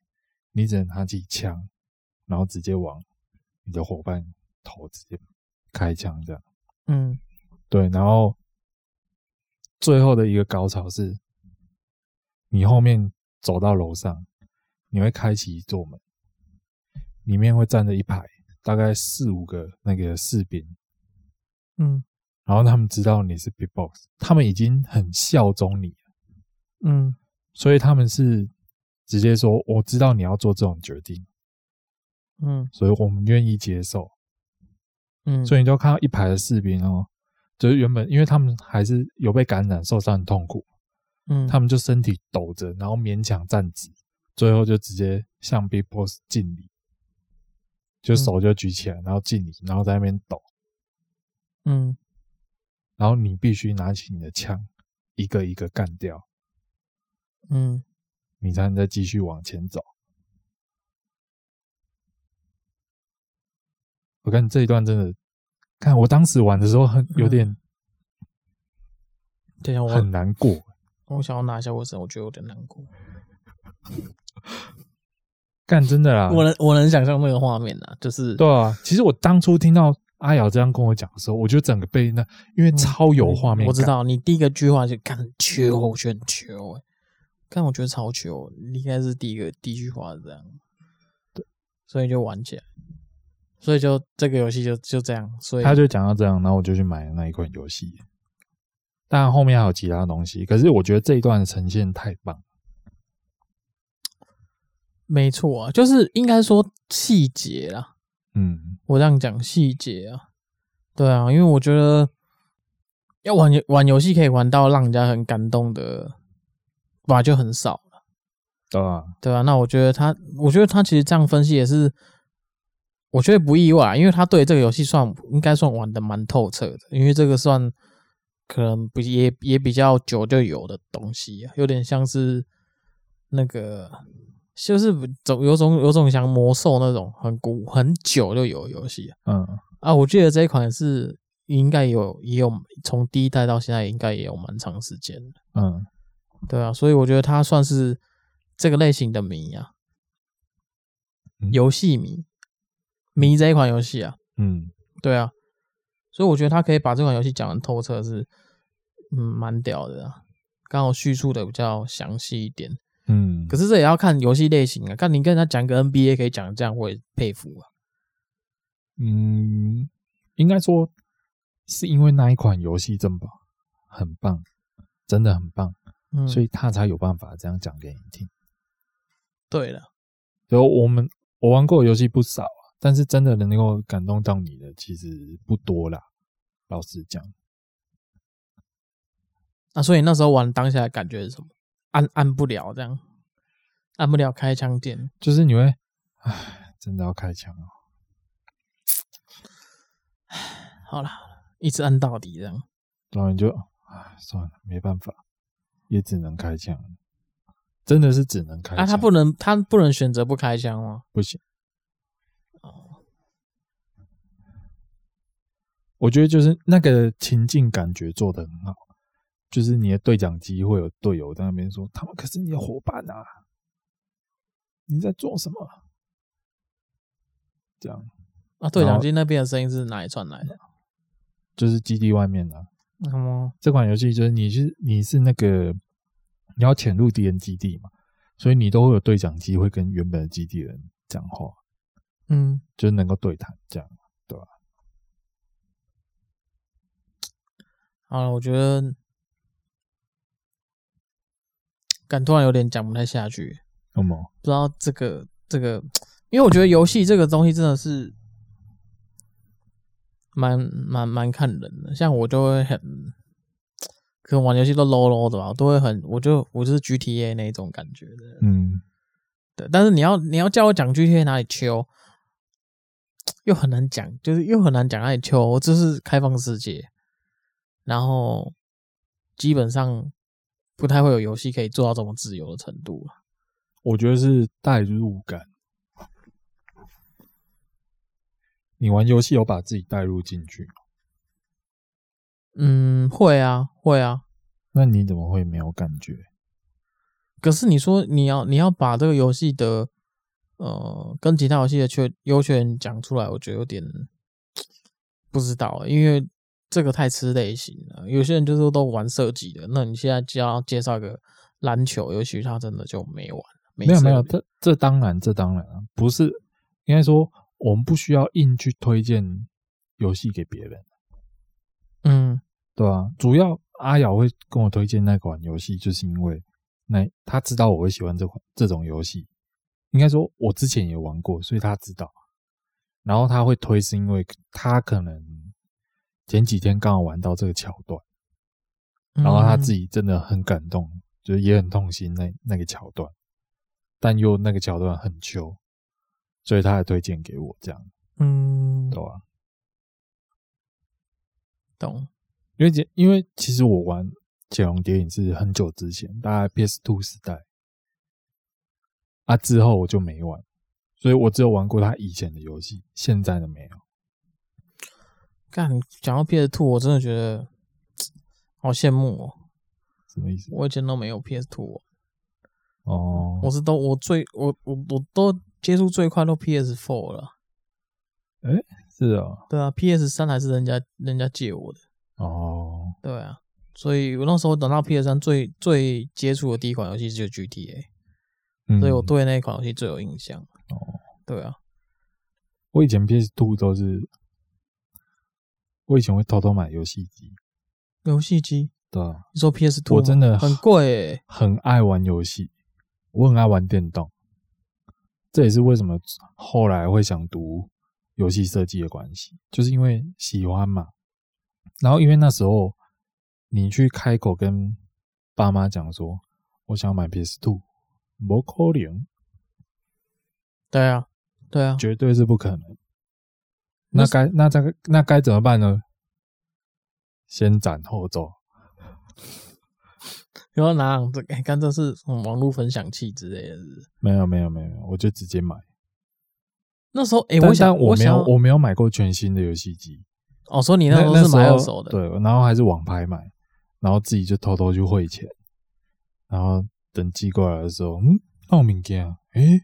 A: 你只能拿起枪，然后直接往你的伙伴头直接开枪这样。
B: 嗯
A: 对，然后最后的一个高潮是，你后面走到楼上，你会开启一座门，里面会站着一排大概四五个那个士兵，
B: 嗯
A: 然后他们知道你是 Big Boss，他们已经很效忠你了
B: 嗯
A: 所以他们是直接说：“我知道你要做这种决定，
B: 嗯
A: 所以我们愿意接受。
B: 嗯，
A: 所
B: 以
A: 以你就看到一排的士兵哦，就是原本因为他们还是有被感染、受伤、很痛苦，
B: 嗯
A: 他们就身体抖着，然后勉强站直，最后就直接向 Big Boss 敬礼，就手就举起来，然后敬礼，然后在那边抖，
B: 嗯
A: 然后你必须拿起你的枪，一个一个干掉，
B: 嗯
A: 你才能再继续往前走。我看这一段真的，看我当时玩的时候很有点
B: 等一下
A: 很
B: 我
A: 难过，
B: 我想要拿一下卫生，我觉得有点难过。
A: 干真的啦，
B: 我能我能想象那个画面啊，就是
A: 对啊。其实我当初听到阿瑶这样跟我讲的时候，我就整个被那，因为超有画面感，
B: 嗯我知道你第一个句话就看球，选球、欸，看我觉得超球，你应该是第一个第一句话是这样。所以就玩起来，所以就这个游戏就就这样，所以
A: 他就讲到这样，然后我就去买了那一款游戏。当然后面还有其他东西，可是我觉得这一段的呈现太棒，
B: 没错啊，就是应该说细节啦，
A: 嗯，
B: 我这样讲细节啊，对啊，因为我觉得要玩游玩游戏可以玩到让人家很感动的，吧就很少了，
A: 对啊吧？
B: 对啊吧、那我觉得他，我觉得他其实这样分析也是，我觉得不意外，因为他对这个游戏算应该算玩的蛮透彻的，因为这个算可能不也也比较久就有的东西、啊，有点像是那个。就是总有种有种像魔兽那种很古很久就有的游戏、啊，
A: 嗯，
B: 啊，我记得这一款是应该有也有从第一代到现在，应该也有蛮长时间的，
A: 嗯，
B: 对啊，所以我觉得他算是这个类型的迷啊
A: 嗯，
B: 游戏迷，迷这一款游戏啊，
A: 嗯，
B: 对啊，所以我觉得他可以把这款游戏讲的透彻是，嗯，蛮屌的啊，刚好叙述的比较详细一点，
A: 嗯，
B: 可是这也要看游戏类型啊，看你跟人家讲个 NBA 可以讲得这样，我也佩服啊，
A: 嗯，应该说是因为那一款游戏真棒，很棒，真的很棒，
B: 嗯，
A: 所以他才有办法这样讲给你听。
B: 对了，
A: 就我们我玩过的游戏不少啊，但是真的能够感动到你的其实不多啦。老实讲，
B: 啊，所以那时候玩当下的感觉是什么？按按不了这样，按不了开枪键，
A: 就是你会，唉，真的要开枪哦。
B: 好啦，一直按到底这样。
A: 然后你就，唉，算了，没办法，也只能开枪，真的是只能开枪。
B: 啊，他不能，他不能选择不开枪吗？
A: 不行。我觉得就是那个情境感觉做得很好，就是你的对讲机会有队友在那边说：“他们可是你的伙伴啊，你在做什么？”啊这样
B: 啊，对
A: 然后
B: 讲机那边的声音是哪里传来的？
A: 就是基地外面啊。
B: 那么，
A: 这款游戏就是你是你是那个你要潜入敌人基地嘛，所以你都会有对讲机会跟原本的基地人讲话，
B: 嗯，
A: 就是能够对谈这样。
B: 好了，我觉得，感突然有点讲不太下去，
A: 那么
B: 不知道这个这个，因为我觉得游戏这个东西真的是蛮蛮蛮看人的，像我就会很，可能玩游戏都 low low 的吧，我都会很，我就我就是 GTA 那一种感觉的人，
A: 嗯，
B: 对，但是你要你要叫我讲 GTA 哪里秋，又很难讲，就是又很难讲哪里秋，这是开放世界，然后基本上不太会有游戏可以做到这么自由的程度啊。
A: 我觉得是代入感。你玩游戏有把自己代入进去吗，
B: 嗯，会啊，会啊。
A: 那你怎么会没有感觉？
B: 可是你说你要你要把这个游戏的呃跟其他游戏的缺优缺点讲出来，我觉得有点不知道，因为这个太吃类型了。有些人就是都玩射击的，那你现在就要介绍个篮球，也许他真的就没玩，没啊
A: 没有
B: 涉
A: 没有，
B: 猎
A: 这这当然这当然啊，不是应该说我们不需要硬去推荐游戏给别人，
B: 嗯
A: 对吧、主要阿瑶会跟我推荐那款游戏，就是因为那他知道我会喜欢这款这种游戏，应该说我之前也玩过，所以他知道。然后他会推，是因为他可能前几天刚好玩到这个桥段，
B: 嗯，
A: 然后他自己真的很感动，就是也很痛心那那个桥段，但又那个桥段很秋，所以他还推荐给我这样，
B: 嗯
A: 对吧、
B: 懂
A: 因为其因为其实我玩《潜龙谍影》是很久之前，大概 PS Two 时代啊，之后我就没玩，所以我只有玩过他以前的游戏，现在的没有。
B: 干讲到 PS Two，我真的觉得好羡慕哦！
A: 什么意思？
B: 我以前都没有 PS Two，、哦、
A: 哦，
B: 我是都我最我我我都接触最快都 PS Four 了。
A: 是哦，
B: 对啊，PS 三还是人家人家借我的，
A: 哦，
B: 对啊，所以我那时候等到 PS 三最最接触的第一款游戏就是 GTA，
A: 嗯
B: 所以我对那一款游戏最有印象。
A: 哦，
B: 对啊，
A: 我以前 PS Two 都是，我以前会偷偷买游戏机，
B: 游戏机，
A: 对啊，
B: 你说 PS Two，
A: 我真的
B: 很贵、欸，
A: 很爱玩游戏，我很爱玩电动，这也是为什么后来会想读游戏设计的关系，就是因为喜欢嘛。然后因为那时候你去开口跟爸妈讲说，我想买 PS Two，不可能，
B: 对啊，对啊，
A: 绝对是不可能。
B: 那
A: 那
B: 是
A: 该那这个那该怎么办呢？先斩后奏，
B: 然后拿这哎，干这是什么网络分享器之类的是不是
A: 没有没有没有，我就直接买。
B: 那时候哎、
A: 但
B: 我想
A: 但我没
B: 想
A: 有我没有买过全新的游戏机，
B: 哦，说你那时候
A: 那
B: 是买
A: 时候
B: 二手的，
A: 对，然后还是网拍买，然后自己就偷偷去汇钱，然后等寄过来的时候，嗯，那我明天啊，诶，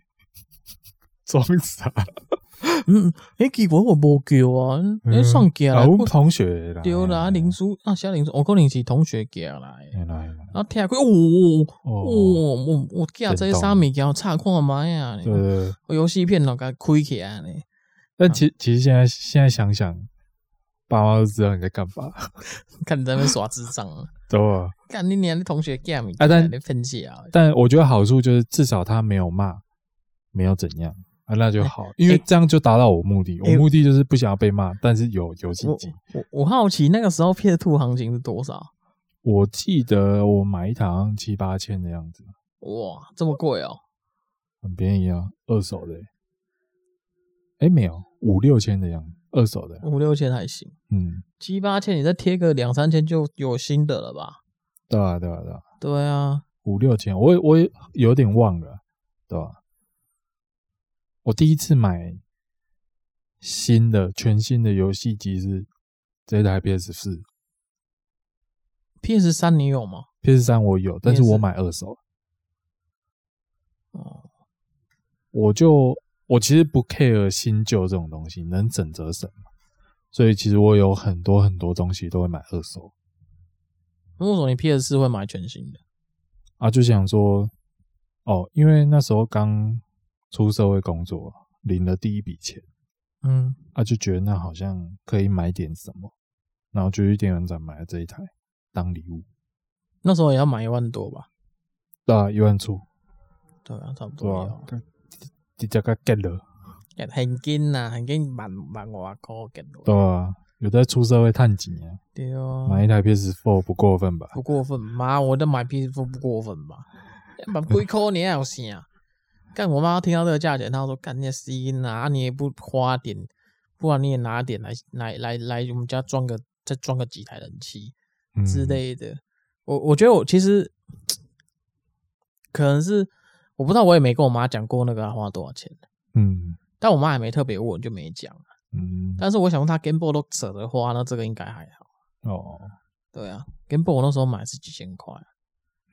A: 装
B: <laughs>
A: 傻，
B: 嗯，哎、结果我无叫啊，哎、
A: 嗯
B: 上架
A: 啊，
B: 啦
A: 我们，哎同学啦，
B: 丢啦，啊林叔啊，写林叔，我可能是同学寄来的，
A: 哎来啦，
B: 啊，听过，哦哦哦哦，
A: 哦，
B: 我我寄这些啥物件，我查看卖啊，
A: 对对对，
B: 我游戏片老甲开起来呢， <laughs>
A: 但其其实现在现在想想，爸妈都知道你在干嘛， <laughs>
B: 看你在那边耍智障啊，
A: 对吧？
B: 干你娘的同学寄物
A: 啊但
B: 件，你分析啊，
A: 但我觉得好处就是至少他没有骂，没有怎样啊，那
B: 哎
A: 就好，因为这样就达到我目的。
B: 欸
A: 我目的就是不想要被骂，但是有游戏
B: 我
A: 机。
B: 我我好奇那个时候 PS Two 行情是多少？
A: 我记得我买一台好像七八千的样子，
B: 哇，这么贵哦！
A: 很便宜啊，二手的、欸。哎、没有五六千的样子，二手的。
B: 五六千还行，
A: 嗯，
B: 七八千你再贴个两三千就有新的了吧？
A: 对啊，对啊，对啊，
B: 对啊，
A: 五六千，我也我也有点忘了，对吧、我第一次买新的全新的游戏机是这台 PS 四，
B: PS 三你有吗？
A: PS 三我有，但是我买二手，
B: 哦，
A: 我就我其实不 care 新旧这种东西，能省则省嘛。所以其实我有很多很多东西都会买二手
B: 那为什么你 PS 四会买全新的？
A: 啊，就想说哦，因为那时候刚出社会工作，领了第一笔钱
B: 嗯，
A: 啊，就觉得那好像可以买点什么，然后就去电玩展买了这一台当礼物，
B: 那时候也要买一万多吧？
A: 啊，一万出，
B: 对啊，差不
A: 对吧、
B: 多要。
A: 啊？直接给 get 了，
B: 干很紧呐，很紧，万万外块给落。
A: 对啊？有在出社会探景啊，
B: 对啊，
A: 买一台 PS Four 不过分吧？
B: 不过分，妈，我的买 PS 不过分
A: <laughs>
B: 吧？蛮贵扣你还有啥？干我妈听到这个价钱，她说：“干你死音啊，你也不花点，不然你也拿点来来来来我们家装个再装个几台冷气
A: 嗯
B: 之类的。我我觉得我其实可能是我不知道，我也没跟我妈讲过那个要花多少钱，
A: 嗯
B: 但我妈也没特别问，就没讲。
A: 嗯
B: 但是我想问她 Game Boy 都舍得花，那这个应该还好。
A: 哦，
B: 对啊，Game Boy 我那时候买是几千块。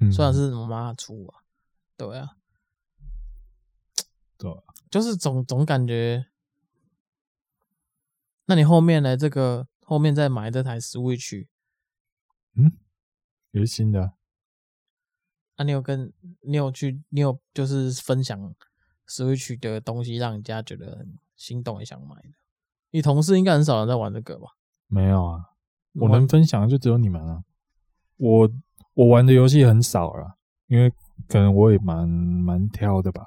A: 嗯
B: 虽然是我妈出啊，对啊，
A: 对啊
B: 就是总总感觉。那你后面呢？这个后面再买这台 Switch，
A: 也是新的啊，
B: 那、你有跟你有去你有就是分享 Switch 的东西，让人家觉得很心动，也想买的。你同事应该很少人在玩这个吧？
A: 没有啊，我
B: 玩
A: 能分享的就只有你们啊。我我玩的游戏很少了，因为可能我也蛮蛮挑的吧。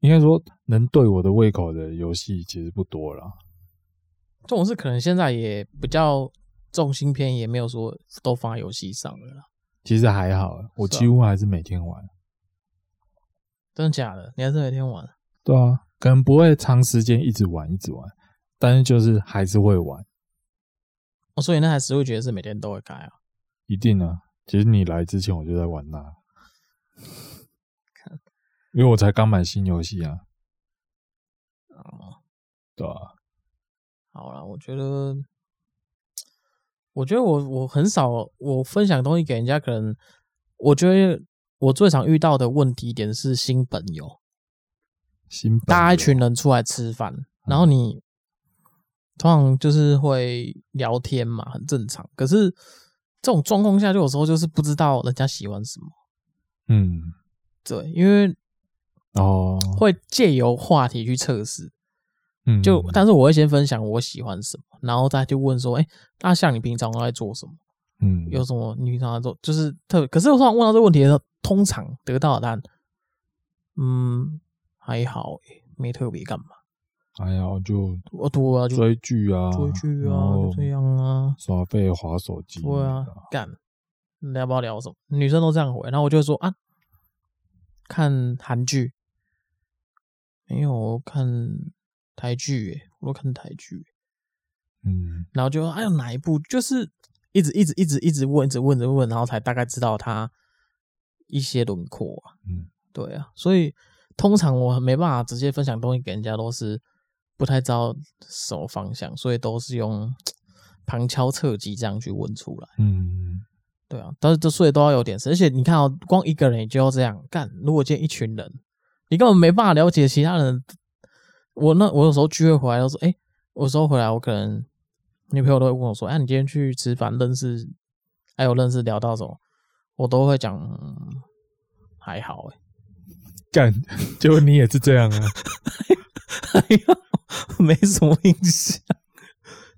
A: 应该说能对我的胃口的游戏其实不多了。
B: 这种事可能现在也比较重心偏，也没有说都放在游戏上了啦。
A: 其实还好啊，我
B: 是啊
A: 几乎还是每天玩。
B: 真的假的？你还是每天玩？
A: 对啊，可能不会长时间一直玩一直玩，但是就是还是会玩，
B: 哦，所以那台 Switch 也是每天都会开啊。
A: 一定啊。其实你来之前我就在玩它，因为我才刚买新游戏啊，
B: 哦，
A: 对啊？
B: 好啦，我觉得，我觉得我我很少我分享东西给人家，可能我觉得我最常遇到的问题点是新朋友，
A: 新版
B: 大家一
A: 的
B: 群人出来吃饭，然后你通常就是会聊天嘛，很正常。可是这种状况下，就有时候就是不知道人家喜欢什么，
A: 嗯，
B: 对，因为
A: 哦，
B: 会借由话题去测试。
A: 嗯，
B: 就
A: 嗯
B: 但是我会先分享我喜欢什么，然后再去问说，哎、那像你平常都在做什么？
A: 嗯
B: 有什么你平常在做？就是特别，可是我通常问到这个问题的时候，通常得到的答案，嗯，还好、欸，没特别干嘛。
A: 哎呀，我就
B: 我多啊，就
A: 追剧啊，
B: 追剧
A: 然
B: 啊，
A: 后嗯
B: 就这样啊，
A: 耍废、划手机，
B: 对啊，干，你要不要聊什么？女生都这样回，然后我就会说啊，看韩剧，没有看台剧、欸，我都看台剧、
A: 嗯
B: 然后就哎有哪一部，就是一直一直一直一直问，一直问，一直问，然后才大概知道他一些轮廓、啊。
A: 嗯，
B: 对啊，所以通常我没办法直接分享东西给人家，都是不太知道什么方向，所以都是用旁敲侧击这样去问出来。
A: 嗯，
B: 对啊，但是这所以都要有点深，而且你看哦，光一个人也就要这样干。如果见一群人，你根本没办法了解其他人。我那我有时候聚会回来都说，哎、我有时候回来我可能女朋友都会问我说，哎、你今天去吃饭认识，还有认识聊到什么，我都会讲、嗯还好、欸，
A: 干，结果你也是这样啊，
B: 哎呦，没什么印象，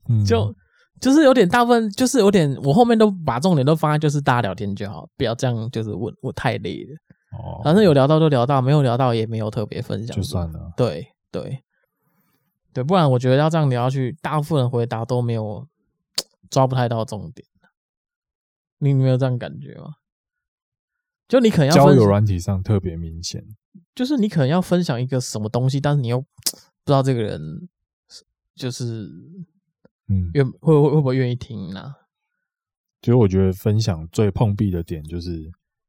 A: 嗯
B: 就就是有点大部分就是有点，我后面都把重点都放在就是大家聊天就好，不要这样就是问我太累了。
A: 哦，
B: 反正有聊到就聊到，没有聊到也没有特别分享，
A: 就算了，
B: 对对对，不然我觉得要这样聊下去，大部分人回答都没有抓不太到重点。你你没有这样感觉吗？就你可能要
A: 交
B: 分
A: 友
B: 享，
A: 软体上特别明显，
B: 就是你可能要分享一个什么东西，但是你又不知道这个人是就是
A: 嗯，
B: 愿会会会不会愿意听啊呢、
A: 其实我觉得分享最碰壁的点就是，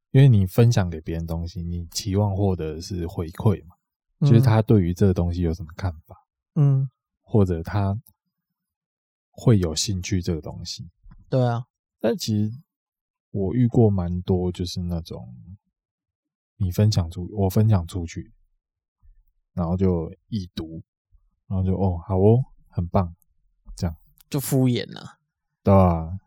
A: 因为你分享给别人东西，你期望获得的是回馈嘛，就是
B: 嗯，
A: 他对于这个东西有什么看法，
B: 嗯，
A: 或者他会有兴趣这个东西。
B: 对啊，
A: 但其实我遇过蛮多，就是那种你分享出我分享出去，然后就已读，然后就哦好哦，很棒，
B: 就敷衍啊呐、
A: 对啊吧？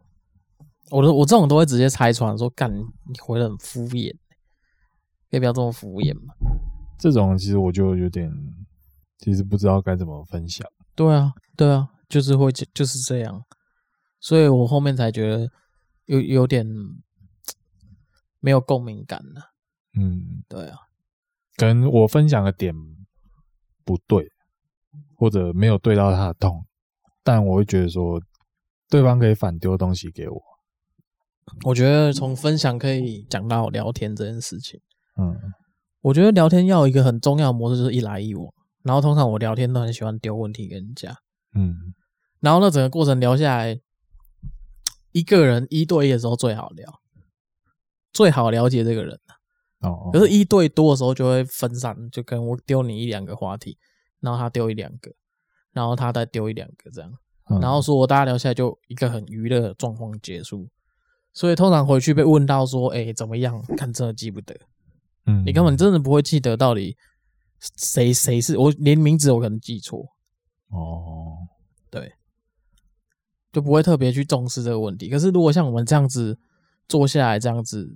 B: 我的我这种都会直接拆穿，说干你回的很敷衍，欸可以不要这么敷衍嘛？
A: 这种其实我就有点，其实不知道该怎么分享。
B: 对啊，对啊，就是会这就是这样，所以我后面才觉得有有点没有共鸣感了、
A: 嗯，
B: 对啊，
A: 可能我分享的点不对，或者没有对到他的痛，但我会觉得说，对方可以反丢东西给我。
B: 我觉得从分享可以讲到聊天这件事情，
A: 嗯
B: 我觉得聊天要有一个很重要的模式就是一来一往，然后通常我聊天都很喜欢丢问题给人家，
A: 嗯
B: 然后那整个过程聊下来，一个人一对一的时候最好聊，最好了解这个人。
A: 哦，
B: 可是，一对多的时候就会分散，就跟我丢你一两个话题，然后他丢一两个，然后他再丢一两个这样，
A: 嗯
B: 然后说我大家聊下来就一个很娱乐的状况结束。所以通常回去被问到说，哎、怎么样？看真的记不得，
A: 嗯
B: 你根本真的不会记得到底谁谁是我，连名字我可能记错，
A: 哦，
B: 对，就不会特别去重视这个问题。可是如果像我们这样子坐下来这样子，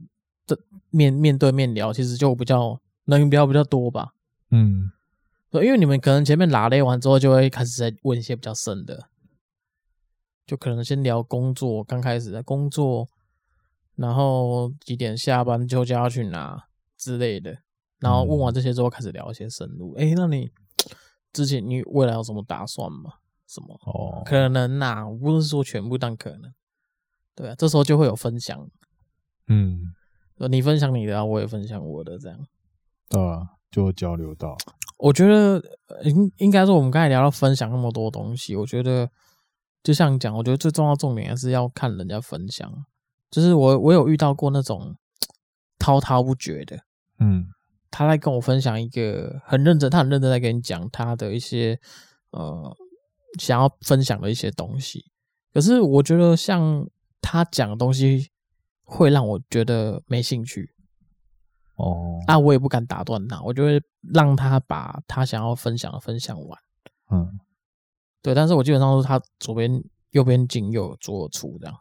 B: 这面面对面聊，其实就比较能聊比较多吧。
A: 嗯
B: 对，因为你们可能前面拉累完之后，就会开始在问一些比较深的，就可能先聊工作，刚开始在工作，然后几点下班，休假要去哪之类的，然后问完这些之后，开始聊一些深入。哎、那你之前你未来有什么打算吗？什么？
A: 哦，
B: 可能呐、我不是说全部，但可能。对啊，这时候就会有分享，
A: 嗯，
B: 呃你分享你的、啊，我也分享我的，这样。
A: 对啊，就交流到，
B: 我觉得呃应应该说，我们刚才聊到分享那么多东西，我觉得就像讲，我觉得最重要的重点还是要看人家分享。啊就是我我有遇到过那种滔滔不绝的，
A: 嗯
B: 他在跟我分享一个很认真，他很认真在跟你讲他的一些呃想要分享的一些东西。可是我觉得像他讲的东西会让我觉得没兴趣，
A: 哦，
B: 啊，我也不敢打断他，我就会让他把他想要分享的分享完。
A: 嗯，
B: 对，但是我基本上都是他左边、右边进，右左出这样。
A: 哦
B: 啊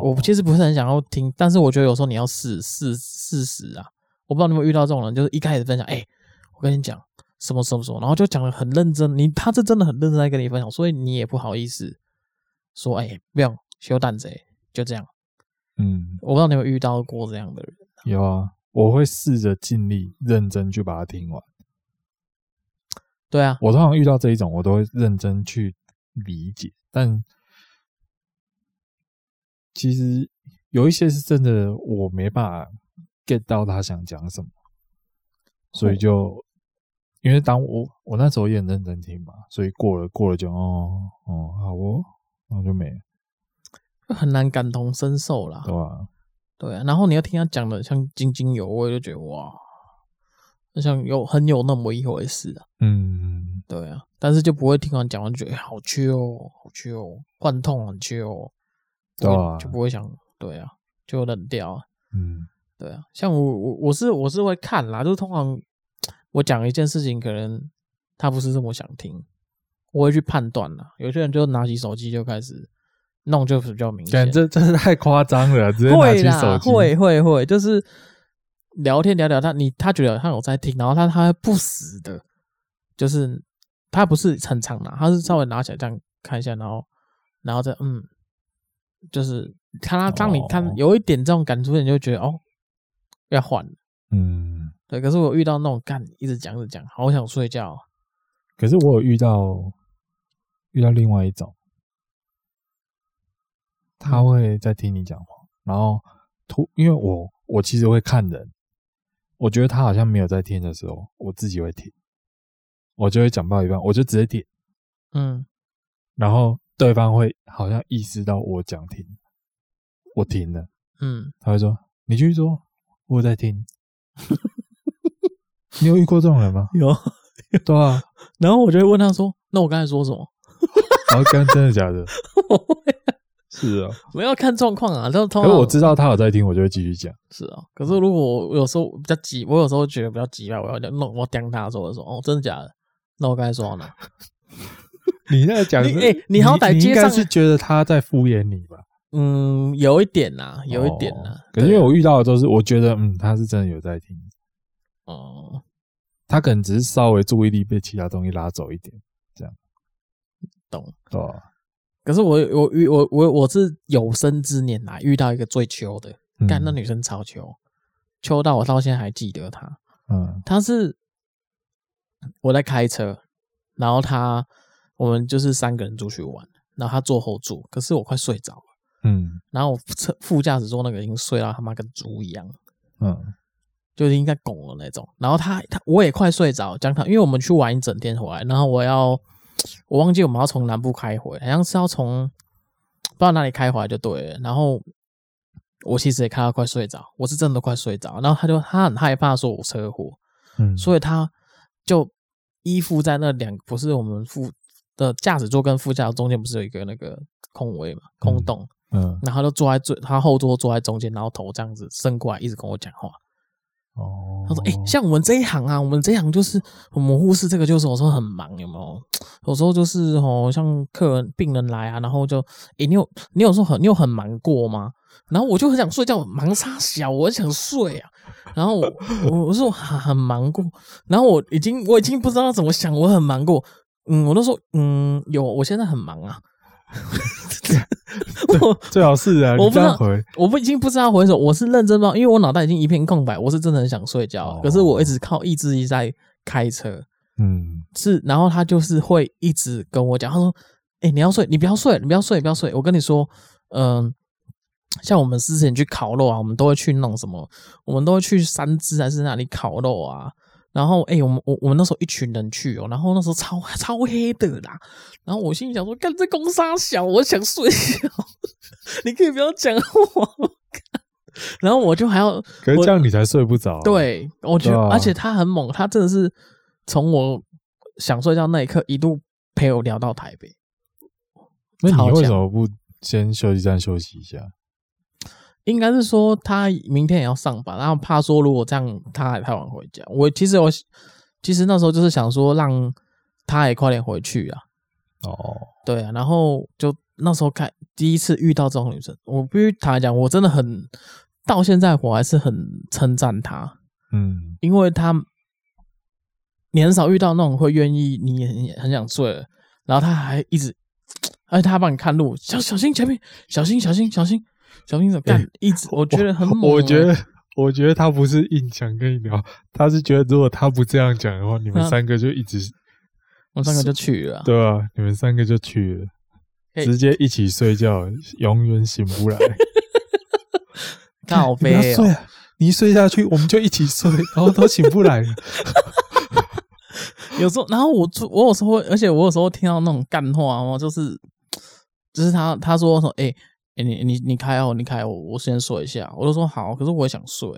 B: 我其实不是很想要听，但是我觉得有时候你要试试事实啊。我不知道你有没有遇到这种人，就是一开始分享，哎、我跟你讲，什么什么什么，然后就讲的很认真，你他是真的很认真在跟你分享，所以你也不好意思说，哎、不要修蛋贼，就这样。
A: 嗯，
B: 我不知道你有没有遇到过这样的人，
A: 有啊，我会试着尽力认真去把它听完。
B: 对啊，
A: 我通常遇到这一种，我都会认真去理解，但其实有一些是真的我没办法 get 到他想讲什么，所以
B: 哦
A: 就、因为当我我那时候也很认真听嘛，所以过了过了就哦哦好哦，然后就没了，
B: 就很难感同身受啦。
A: 对吧？
B: 对啊，然后你要听他讲的像津津有味，就觉得哇，好像有很有那么一回事啊。
A: 嗯，
B: 对啊，但是就不会听完讲完就觉得、哎好缺哦，好缺哦，幻痛很缺哦，
A: 对啊
B: 就不会想对啊，就冷掉啊。
A: 嗯
B: 对啊，像我我我是我是会看啦，就是通常我讲一件事情，可能他不是这么想听，我会去判断啦。有些人就拿起手机就开始弄，就比较明显
A: 感。这真是太夸张了，直接拿
B: 会
A: 起
B: 啦，
A: 手机，
B: 会会会，就是聊天聊聊他，你他觉得他有在听，然后他他不死的，就是他不是很常拿，他是稍微拿起来这样看一下，然后然后再嗯，就是看他当你看、
A: 哦
B: 有一点这种感触，你就觉得哦要换了
A: 嗯。
B: 对。可是我遇到那种干一直讲一直讲，好想睡觉哦，
A: 可是我有遇到遇到另外一种，他会在听你讲话，然后突因为我我其实会看人，我觉得他好像没有在听的时候，我自己会听，我就会讲到一半，我就直接点，
B: 嗯，
A: 然后对方会好像意识到我讲停，我停了，
B: 嗯，？
A: 他会说你继续说，我有在 <laughs> 听。你有遇过这种人吗
B: 有。
A: 对啊，
B: 然后我就会问他说：“那我刚才说什么 <laughs>
A: 然后刚真的假的？？” <laughs> 是啊，
B: 我要看状况啊，就通
A: 可是
B: 常
A: 我知道他有在听，我就会继续讲。
B: 是啊，可是如果我有时候比较急，我有时候觉得比较急啊吧，我要弄我刁他的时候，我就说哦，真的假的？那我刚才说到
A: <laughs>
B: 哪？
A: 你那个讲是，
B: 你哎你好歹
A: 你应
B: 接
A: 该
B: 上
A: 是觉得他在敷衍你吧？
B: 嗯，有一点呐、有一点呐、
A: 哦可是因为
B: 对啊
A: 我遇到的都是，我觉得嗯，他是真的有在听，
B: 哦、
A: 他可能只是稍微注意力被其他东西拉走一点，
B: 懂。
A: 对啊吧？
B: 可是我我遇我我我是有生之年来遇到一个最秋的，
A: 嗯
B: 干、那女生超秋，秋到我到现在还记得她。
A: 嗯
B: 他是我在开车，然后他我们就是三个人出去玩，然后他坐后座，可是我快睡着了，
A: 嗯
B: 然后我车副驾驶座那个已经睡到他妈跟猪一样，
A: 嗯
B: 就已经在拱了那种。然后他他我也快睡着，讲他因为我们去玩一整天回来，然后我要我忘记我们要从南部开回，好像是要从不知道哪里开回来就对了。然后我其实也看到快睡着，我是真的快睡着。然后他就他很害怕说我车祸，
A: 嗯，
B: 所以他就依附在那两个，不是我们副的驾驶座跟副驾驶中间不是有一个那个空位嘛，空洞，
A: 嗯
B: 然后他就坐在最他后座坐在中间，然后头这样子伸过来，一直跟我讲话。
A: 哦，
B: 他说：“哎、像我们这一行啊，我们这一行就是我们护士这个就是有时候很忙，有没有？有时候就是哦，像客人病人来啊，然后就哎、你有你有时候很你有很忙过吗？然后我就很想睡觉，忙啥小，我很想睡啊。然后我我我说很很忙过，然后我已经我已经不知道怎么想，我很忙过。嗯，我都说嗯有，我现在很忙啊。 <laughs> 我
A: 最好是啊，你
B: 我不知
A: 这
B: 道
A: 样回，
B: 我不已经不知道回什么，我是认真吗？因为我脑袋已经一片空白，我是真的很想睡觉，
A: 哦
B: 可是我一直靠意志力在开车。
A: 嗯
B: 是，然后他就是会一直跟我讲，他说：“哎、你要睡，你不要睡，你不要睡，你不要睡。”我跟你说，嗯、像我们之前去烤肉啊，我们都会去弄什么，我们都会去三芝还是哪里烤肉啊。然后，哎、我们我我们那时候一群人去哦，然后那时候超 <laughs> 超黑的啦。然后我心里想说，干这公沙小，我想睡觉， <laughs> 你可以不要讲我吗。 <laughs> 然后我就还要
A: 可是这样你才睡不着啊，
B: 对，我觉得，
A: 对啊
B: 而且他很猛，他真的是从我想睡觉那一刻一路陪我聊到台北。
A: 那
B: 超
A: 你为
B: 像
A: 什么不先休息站休息一下？
B: 应该是说他明天也要上班，然后怕说如果这样他还太晚回家。我其实我其实那时候就是想说让他也快点回去啊，
A: 哦，
B: 对啊，然后就那时候看第一次遇到这种女生，我必须坦白讲，我真的很到现在我还是很称赞她，
A: 嗯
B: 因为她你很少遇到那种会愿意你很很想醉了，然后他还一直，而且他还帮你看路，小小心前面，小心小心小心小心怎么干？一直我觉得很猛、
A: 我觉得，我觉得他不是硬想跟你聊，他是觉得如果他不这样讲的话，你们
B: 啊
A: 三个就一直、
B: 我上个就去了啊，
A: 对吧、你们三个就去了，
B: 嘿
A: 直接一起睡觉，永远醒
B: <laughs>
A: 不来。你不
B: 靠
A: 要
B: 背哦、
A: 睡啊！你一睡下去，我们就一起睡，然后都醒不来了。
B: 有时候，然后我做我有时候会，而且我有时候听到那种干话哦，就是就是他他说说，哎、欸你你你开哦，你开哦，我先睡一下。我就说好，可是我也想睡，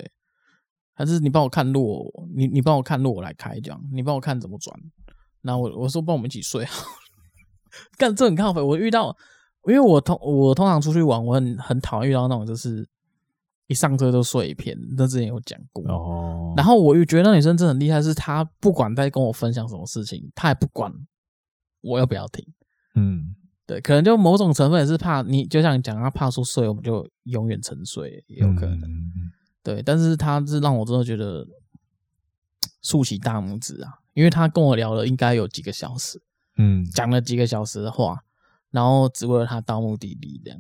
B: 还是你帮我看路，你你帮我看路，我来开这样，你帮我看怎么转。然后我我说帮我们一起睡好了， <laughs> 干这很亢奋。我遇到，因为我通我通常出去玩，我很很讨厌遇到那种就是一上车就睡一片，那之前有讲过。
A: <laughs> 哦
B: 然后我又觉得那女生真的很厉害，是她不管在跟我分享什么事情，她也不管我要不要听。
A: 嗯，
B: 对，可能就某种成分也是怕你，就像你讲，她怕说睡，我们就永远沉睡，也有可能。
A: 嗯
B: 对，但是她是让我真的觉得竖起大拇指啊，因为她跟我聊了应该有几个小时，
A: 嗯，
B: 讲了几个小时的话，然后只为了她到目的地这样，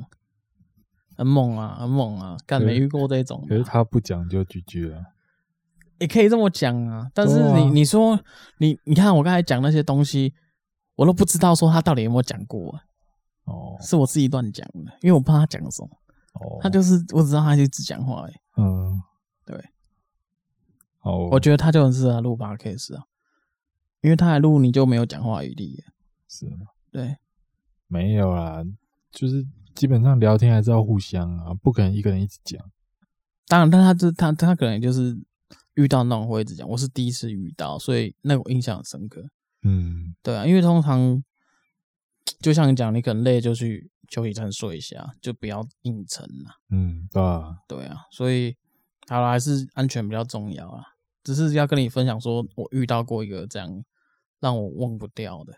B: 很猛啊，很猛啊，干
A: 可是
B: 没遇过这种
A: 可
B: 的啊、
A: 是他不讲就啊 GG 了。
B: 也可以这么讲啊，但是
A: 对
B: 你、
A: 啊
B: 你说你你看我刚才讲那些东西，我都不知道说他到底有没有讲过、啊，
A: 哦
B: 是我自己乱讲的，因为我不知道他讲什么，
A: 哦，
B: 他就是我只知道他一直讲话、欸，
A: 嗯，哦
B: 对，
A: 好，
B: 我觉得他就很适合录 podcast 啊，因为他来录你就没有讲话余地了，
A: 是
B: 对，
A: 没有啦，就是基本上聊天还是要互相啊，不可能一个人一直讲。
B: 当然，但他这他他可能也就是遇到那种会一直讲，我是第一次遇到，所以那个我印象很深刻，
A: 嗯，
B: 对啊，因为通常就像你讲，你可能累就去休息站睡一下，就不要硬撑啊。
A: 嗯，对吧？
B: 对啊，所以好了，还是安全比较重要啊。只是要跟你分享说，我遇到过一个这样让我忘不掉的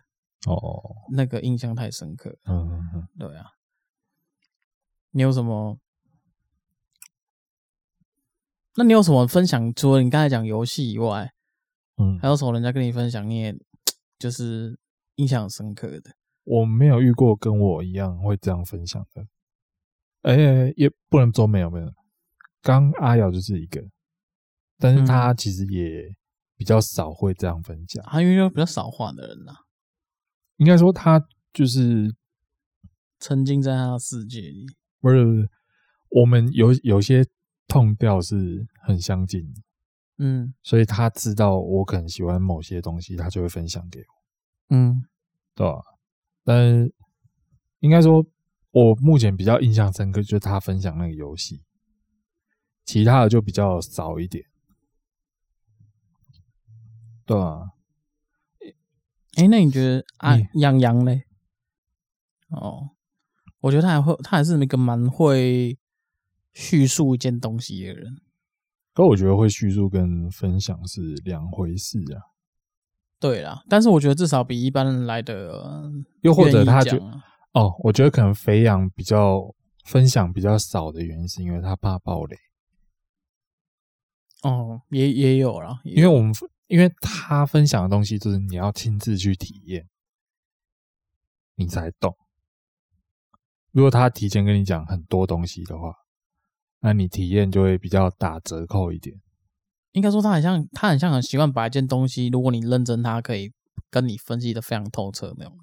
A: 哦，
B: 那个印象太深刻。
A: 嗯嗯嗯，
B: 对啊，你有什么？那你有什么分享？除了你刚才讲游戏以外，
A: 嗯
B: 还有什么人家跟你分享，你也就是印象很深刻的？
A: 我没有遇过跟我一样会这样分享的。哎、也不能说没有没有，刚阿瑶就是一个，但是她其实也比较少会这样分享。
B: 啊他因为就比较少话的人呐、
A: 应该说她就是
B: 沉浸在他的世界里。
A: 不是不是，我们有有些痛调是很相近的，
B: 嗯
A: 所以她知道我可能喜欢某些东西，她就会分享给我，
B: 嗯
A: 对吧、但是应该说，我目前比较印象深刻就是她分享那个游戏，其他的就比较少一点，对啊吧、
B: 哎、那你觉得啊
A: 你，
B: 养羊嘞？哦，我觉得他还会，他还是一个蛮会叙述一件东西的人。
A: 可我觉得会叙述跟分享是两回事啊。
B: 对啦，但是我觉得至少比一般人来的，呃
A: 又或者
B: 愿意
A: 他
B: 讲
A: 就
B: 啊
A: 哦，我觉得可能肥羊比较分享比较少的原因，是因为他怕暴雷。
B: 哦，也也有啦，也
A: 因为我们因为他分享的东西，就是你要亲自去体验，你才懂。如果他提前跟你讲很多东西的话，那你体验就会比较打折扣一点。
B: 应该说他很像，他很像很习惯把一件东西，如果你认真，他可以跟你分析的非常透彻那种。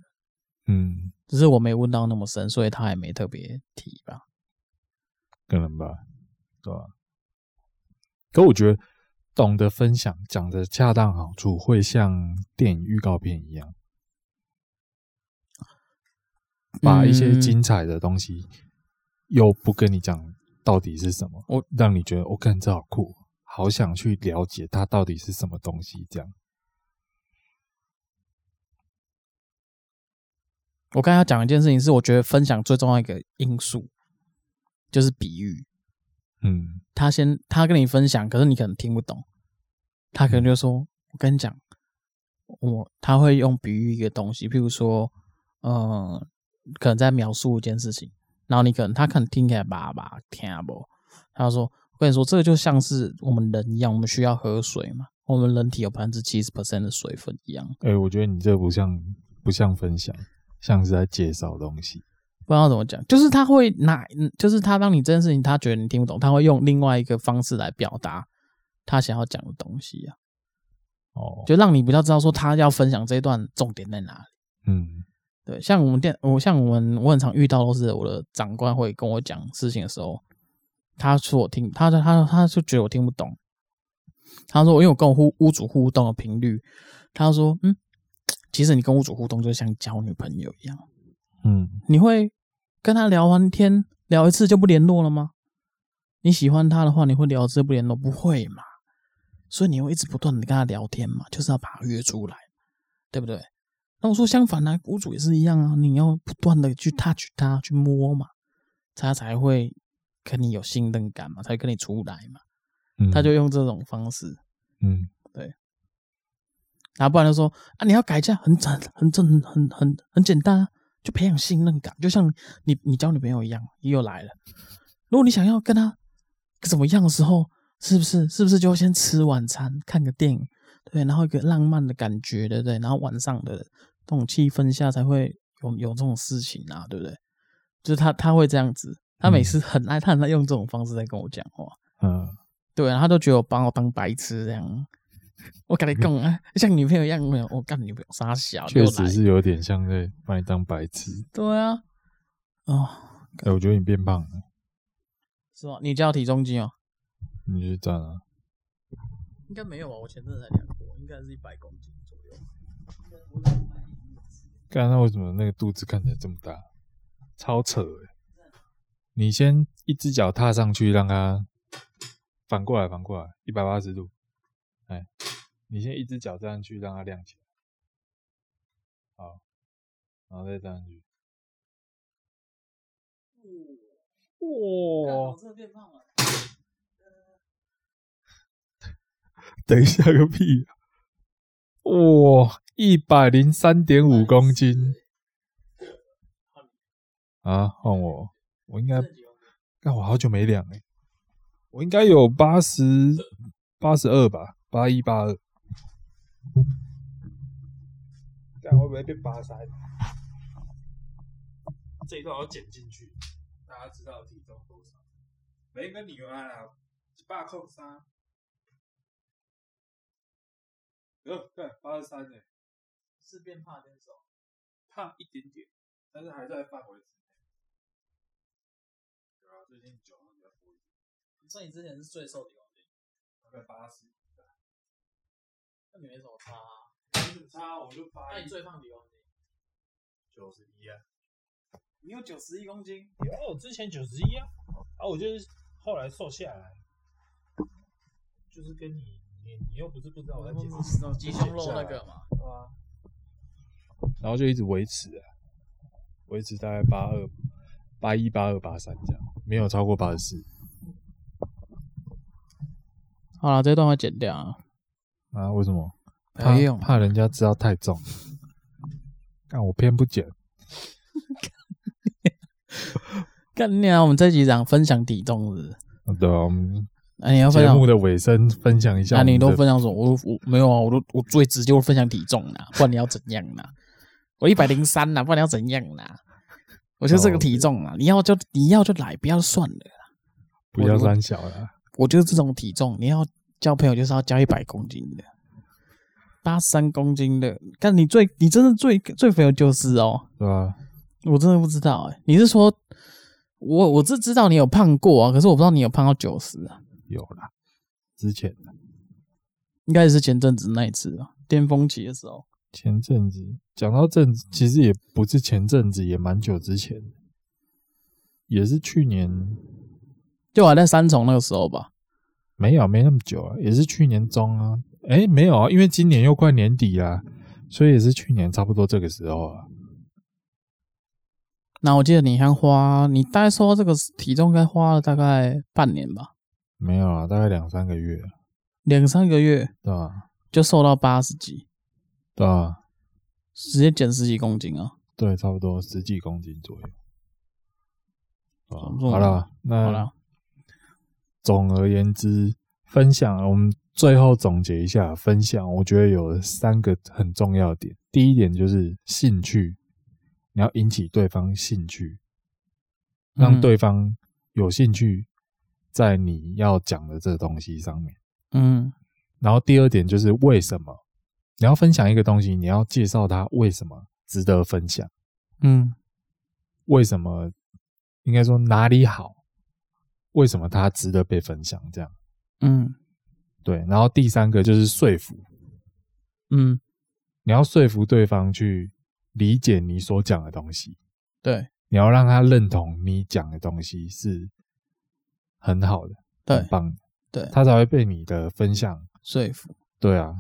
A: 嗯，
B: 只是我没问到那么深，所以他也没特别提吧。
A: 可能吧，对吧？可我觉得懂得分享、讲的恰当好处，会像电影预告片一样，把一些
B: 嗯
A: 精彩的东西又不跟你讲到底是什么，
B: 我
A: 让你觉得我看、这好酷，哦好想去了解它到底是什么东西，这样。
B: 我刚才要讲一件事情，是我觉得分享最重要一个因素，就是比喻。
A: 嗯
B: 他先他跟你分享，可是你可能听不懂，他可能就说：“我跟你讲，我他会用比喻一个东西，譬如说，嗯，可能在描述一件事情，然后你可能他可能听起来叭叭听不懂，他就说：我跟你说，这个就像是我们人一样，我们需要喝水嘛，我们人体有百分之七十 percent 的水分一样，
A: 哎、我觉得你这不像不像分享，像是在介绍东西。
B: 不知道怎么讲，就是他会拿，嗯就是他当你这件事情他觉得你听不懂，他会用另外一个方式来表达他想要讲的东西啊，
A: 哦，
B: 就让你比较知道说他要分享这一段重点在哪里。
A: 嗯，
B: 对，像我们店，我像我们，我很常遇到都是我的长官会跟我讲事情的时候，他说我听，他他他他就觉得我听不懂。他说，因为我跟我屋屋主互动的频率，他说，嗯，其实你跟屋主互动就像交女朋友一样，
A: 嗯，
B: 你会跟他聊完天，聊一次就不联络了吗？你喜欢他的话，你会聊一次不联络？不会嘛？所以你会一直不断的跟他聊天嘛，就是要把他约出来，对不对？那我说相反呢、啊，屋主也是一样啊，你要不断的去 touch 他，去摸嘛，他才会跟你有信任感嘛，才会跟你出来嘛。
A: 嗯
B: 他就用这种方式，
A: 嗯，
B: 然后不然就说啊，你要改嫁，很简很正很很很简单、啊，就培养信任感，就像你你交女朋友一样，又来了。如果你想要跟他怎么样的时候，是不是是不是就先吃晚餐，看个电影，对，然后一个浪漫的感觉，对不对？然后晚上的那种气氛下才会有有这种事情啊，对不对？就是他他会这样子，他每次很爱他很爱用这种方式在跟我讲话。
A: 嗯，
B: 对，然后他都觉得我把我当白痴这样。我跟你讲啊，像女朋友一样没有，我干女朋友傻小，
A: 确
B: 啊又
A: 实
B: 来
A: 是有点像在把你当白痴。
B: 对啊，哦，
A: 哎、我觉得你变胖了，
B: 是吗？你家有体重计哦？
A: 你去站啊。
B: 应该没有啊，我前阵子才量过，应该是一百公斤左右。
A: 干，那为什么那个肚子看起来这么大？超扯哎、你先一只脚踏上去，让它反过来，反过来一百八十度。哎，你先一只脚站上去，让它亮起来。好，然后再站上去。哇、
B: 真的变胖了。
A: 等一下个屁、啊！哇，一百零三点五公斤啊！换我，我应该但我好久没量哎、我应该有八十八十二吧，八一八二。看会不会变八三？这一段我剪进去，大家知道体重多少？没跟你原来啊，一百空三。哟，对，呃八十三哎，
B: 是变胖变瘦，
A: 胖一点点，但是还在范围之内。对啊，最近酒喝比较多一点。
B: 所以你之前是最瘦的
A: 大概八十，
B: 那你没什么差啊。
A: 没差，我就八
B: 最胖李王林，
A: 九十一啊，
B: 你有九十一公斤，
C: 有，之前九十一啊，啊，我就是后来瘦下来，就是跟你，你你又不是不知道我在减脂，
B: 哦鸡胸肉那个嘛，
A: 然后就一直维持啊，维持大概八二、八一、八二、八三这样，没有超过八十四
B: 好了，这段会剪掉啊，
A: 啊？为什么？怕
B: 没用，
A: 怕人家知道太
B: <laughs>
A: 重，但我偏不减。
B: 干你啊！我们这集讲分享体重是不是，
A: 啊对啊，我们
B: 哎、你要分
A: 节
B: 享
A: 目的尾声分享一下
B: 那、
A: 我们
B: 你
A: 的，
B: 都分享什么？我我没有啊，我都我最直接我分享体重啦，不然你要怎样啦？我一百零三啦，不然你要怎样啦？我就
A: 哦
B: 这个体重啊，你要就你要就来，不要算了。
A: 不要三小了，
B: 我就是这种体重，你要交朋友就是要交一百公斤的，八三公斤的。但你最你真的最最肥的就是哦，
A: 对啊吧？
B: 我真的不知道哎、你是说我我是知道你有胖过啊，可是我不知道你有胖到九十啊，
A: 有啦，之前
B: 应该也是前阵子那一次啊，巅峰期的时候。
A: 前阵子讲到阵子，其实也不是前阵子，也蛮久之前，也是去年
B: 就我还在三重那个时候吧，
A: 没有，没那么久啊，也是去年中啊。诶，没有啊，因为今年又快年底啦、所以也是去年差不多这个时候啊。
B: 那我记得你像花，你大概说这个体重应该花了大概半年吧，
A: 没有啊，大概两三个月，
B: 两三个月
A: 对吧、
B: 就瘦到八十几，
A: 对吧、
B: 直接减十几公斤啊！
A: 对，差不多十几公斤左右。对啊
B: 总共
A: 好了，那
B: 好啦
A: 总而言之，分享，我们最后总结一下分享，我觉得有三个很重要的点。第一点就是兴趣，你要引起对方兴趣，让
B: 嗯
A: 对方有兴趣在你要讲的这东西上面。
B: 嗯
A: 然后第二点就是为什么你要分享一个东西，你要介绍它为什么值得分享，
B: 嗯
A: 为什么应该说哪里好，为什么它值得被分享，这样
B: 嗯
A: 对。然后第三个就是说服，
B: 嗯，
A: 你要说服对方去理解你所讲的东西，
B: 对
A: 你要让他认同你讲的东西是很好的、
B: 对
A: 很棒的，
B: 对，
A: 他才会被你的分享，
B: 说服。
A: 对啊，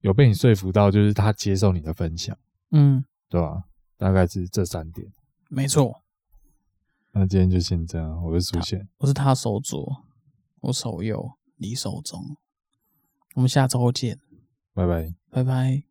A: 有被你说服到，就是他接受你的分享，
B: 嗯，
A: 对吧、大概是这三点。
B: 没错，
A: 那今天就先这样，我是苏宪，
B: 我是他手左，我手右，你手中。我们下周见，
A: 拜拜。
B: 拜拜。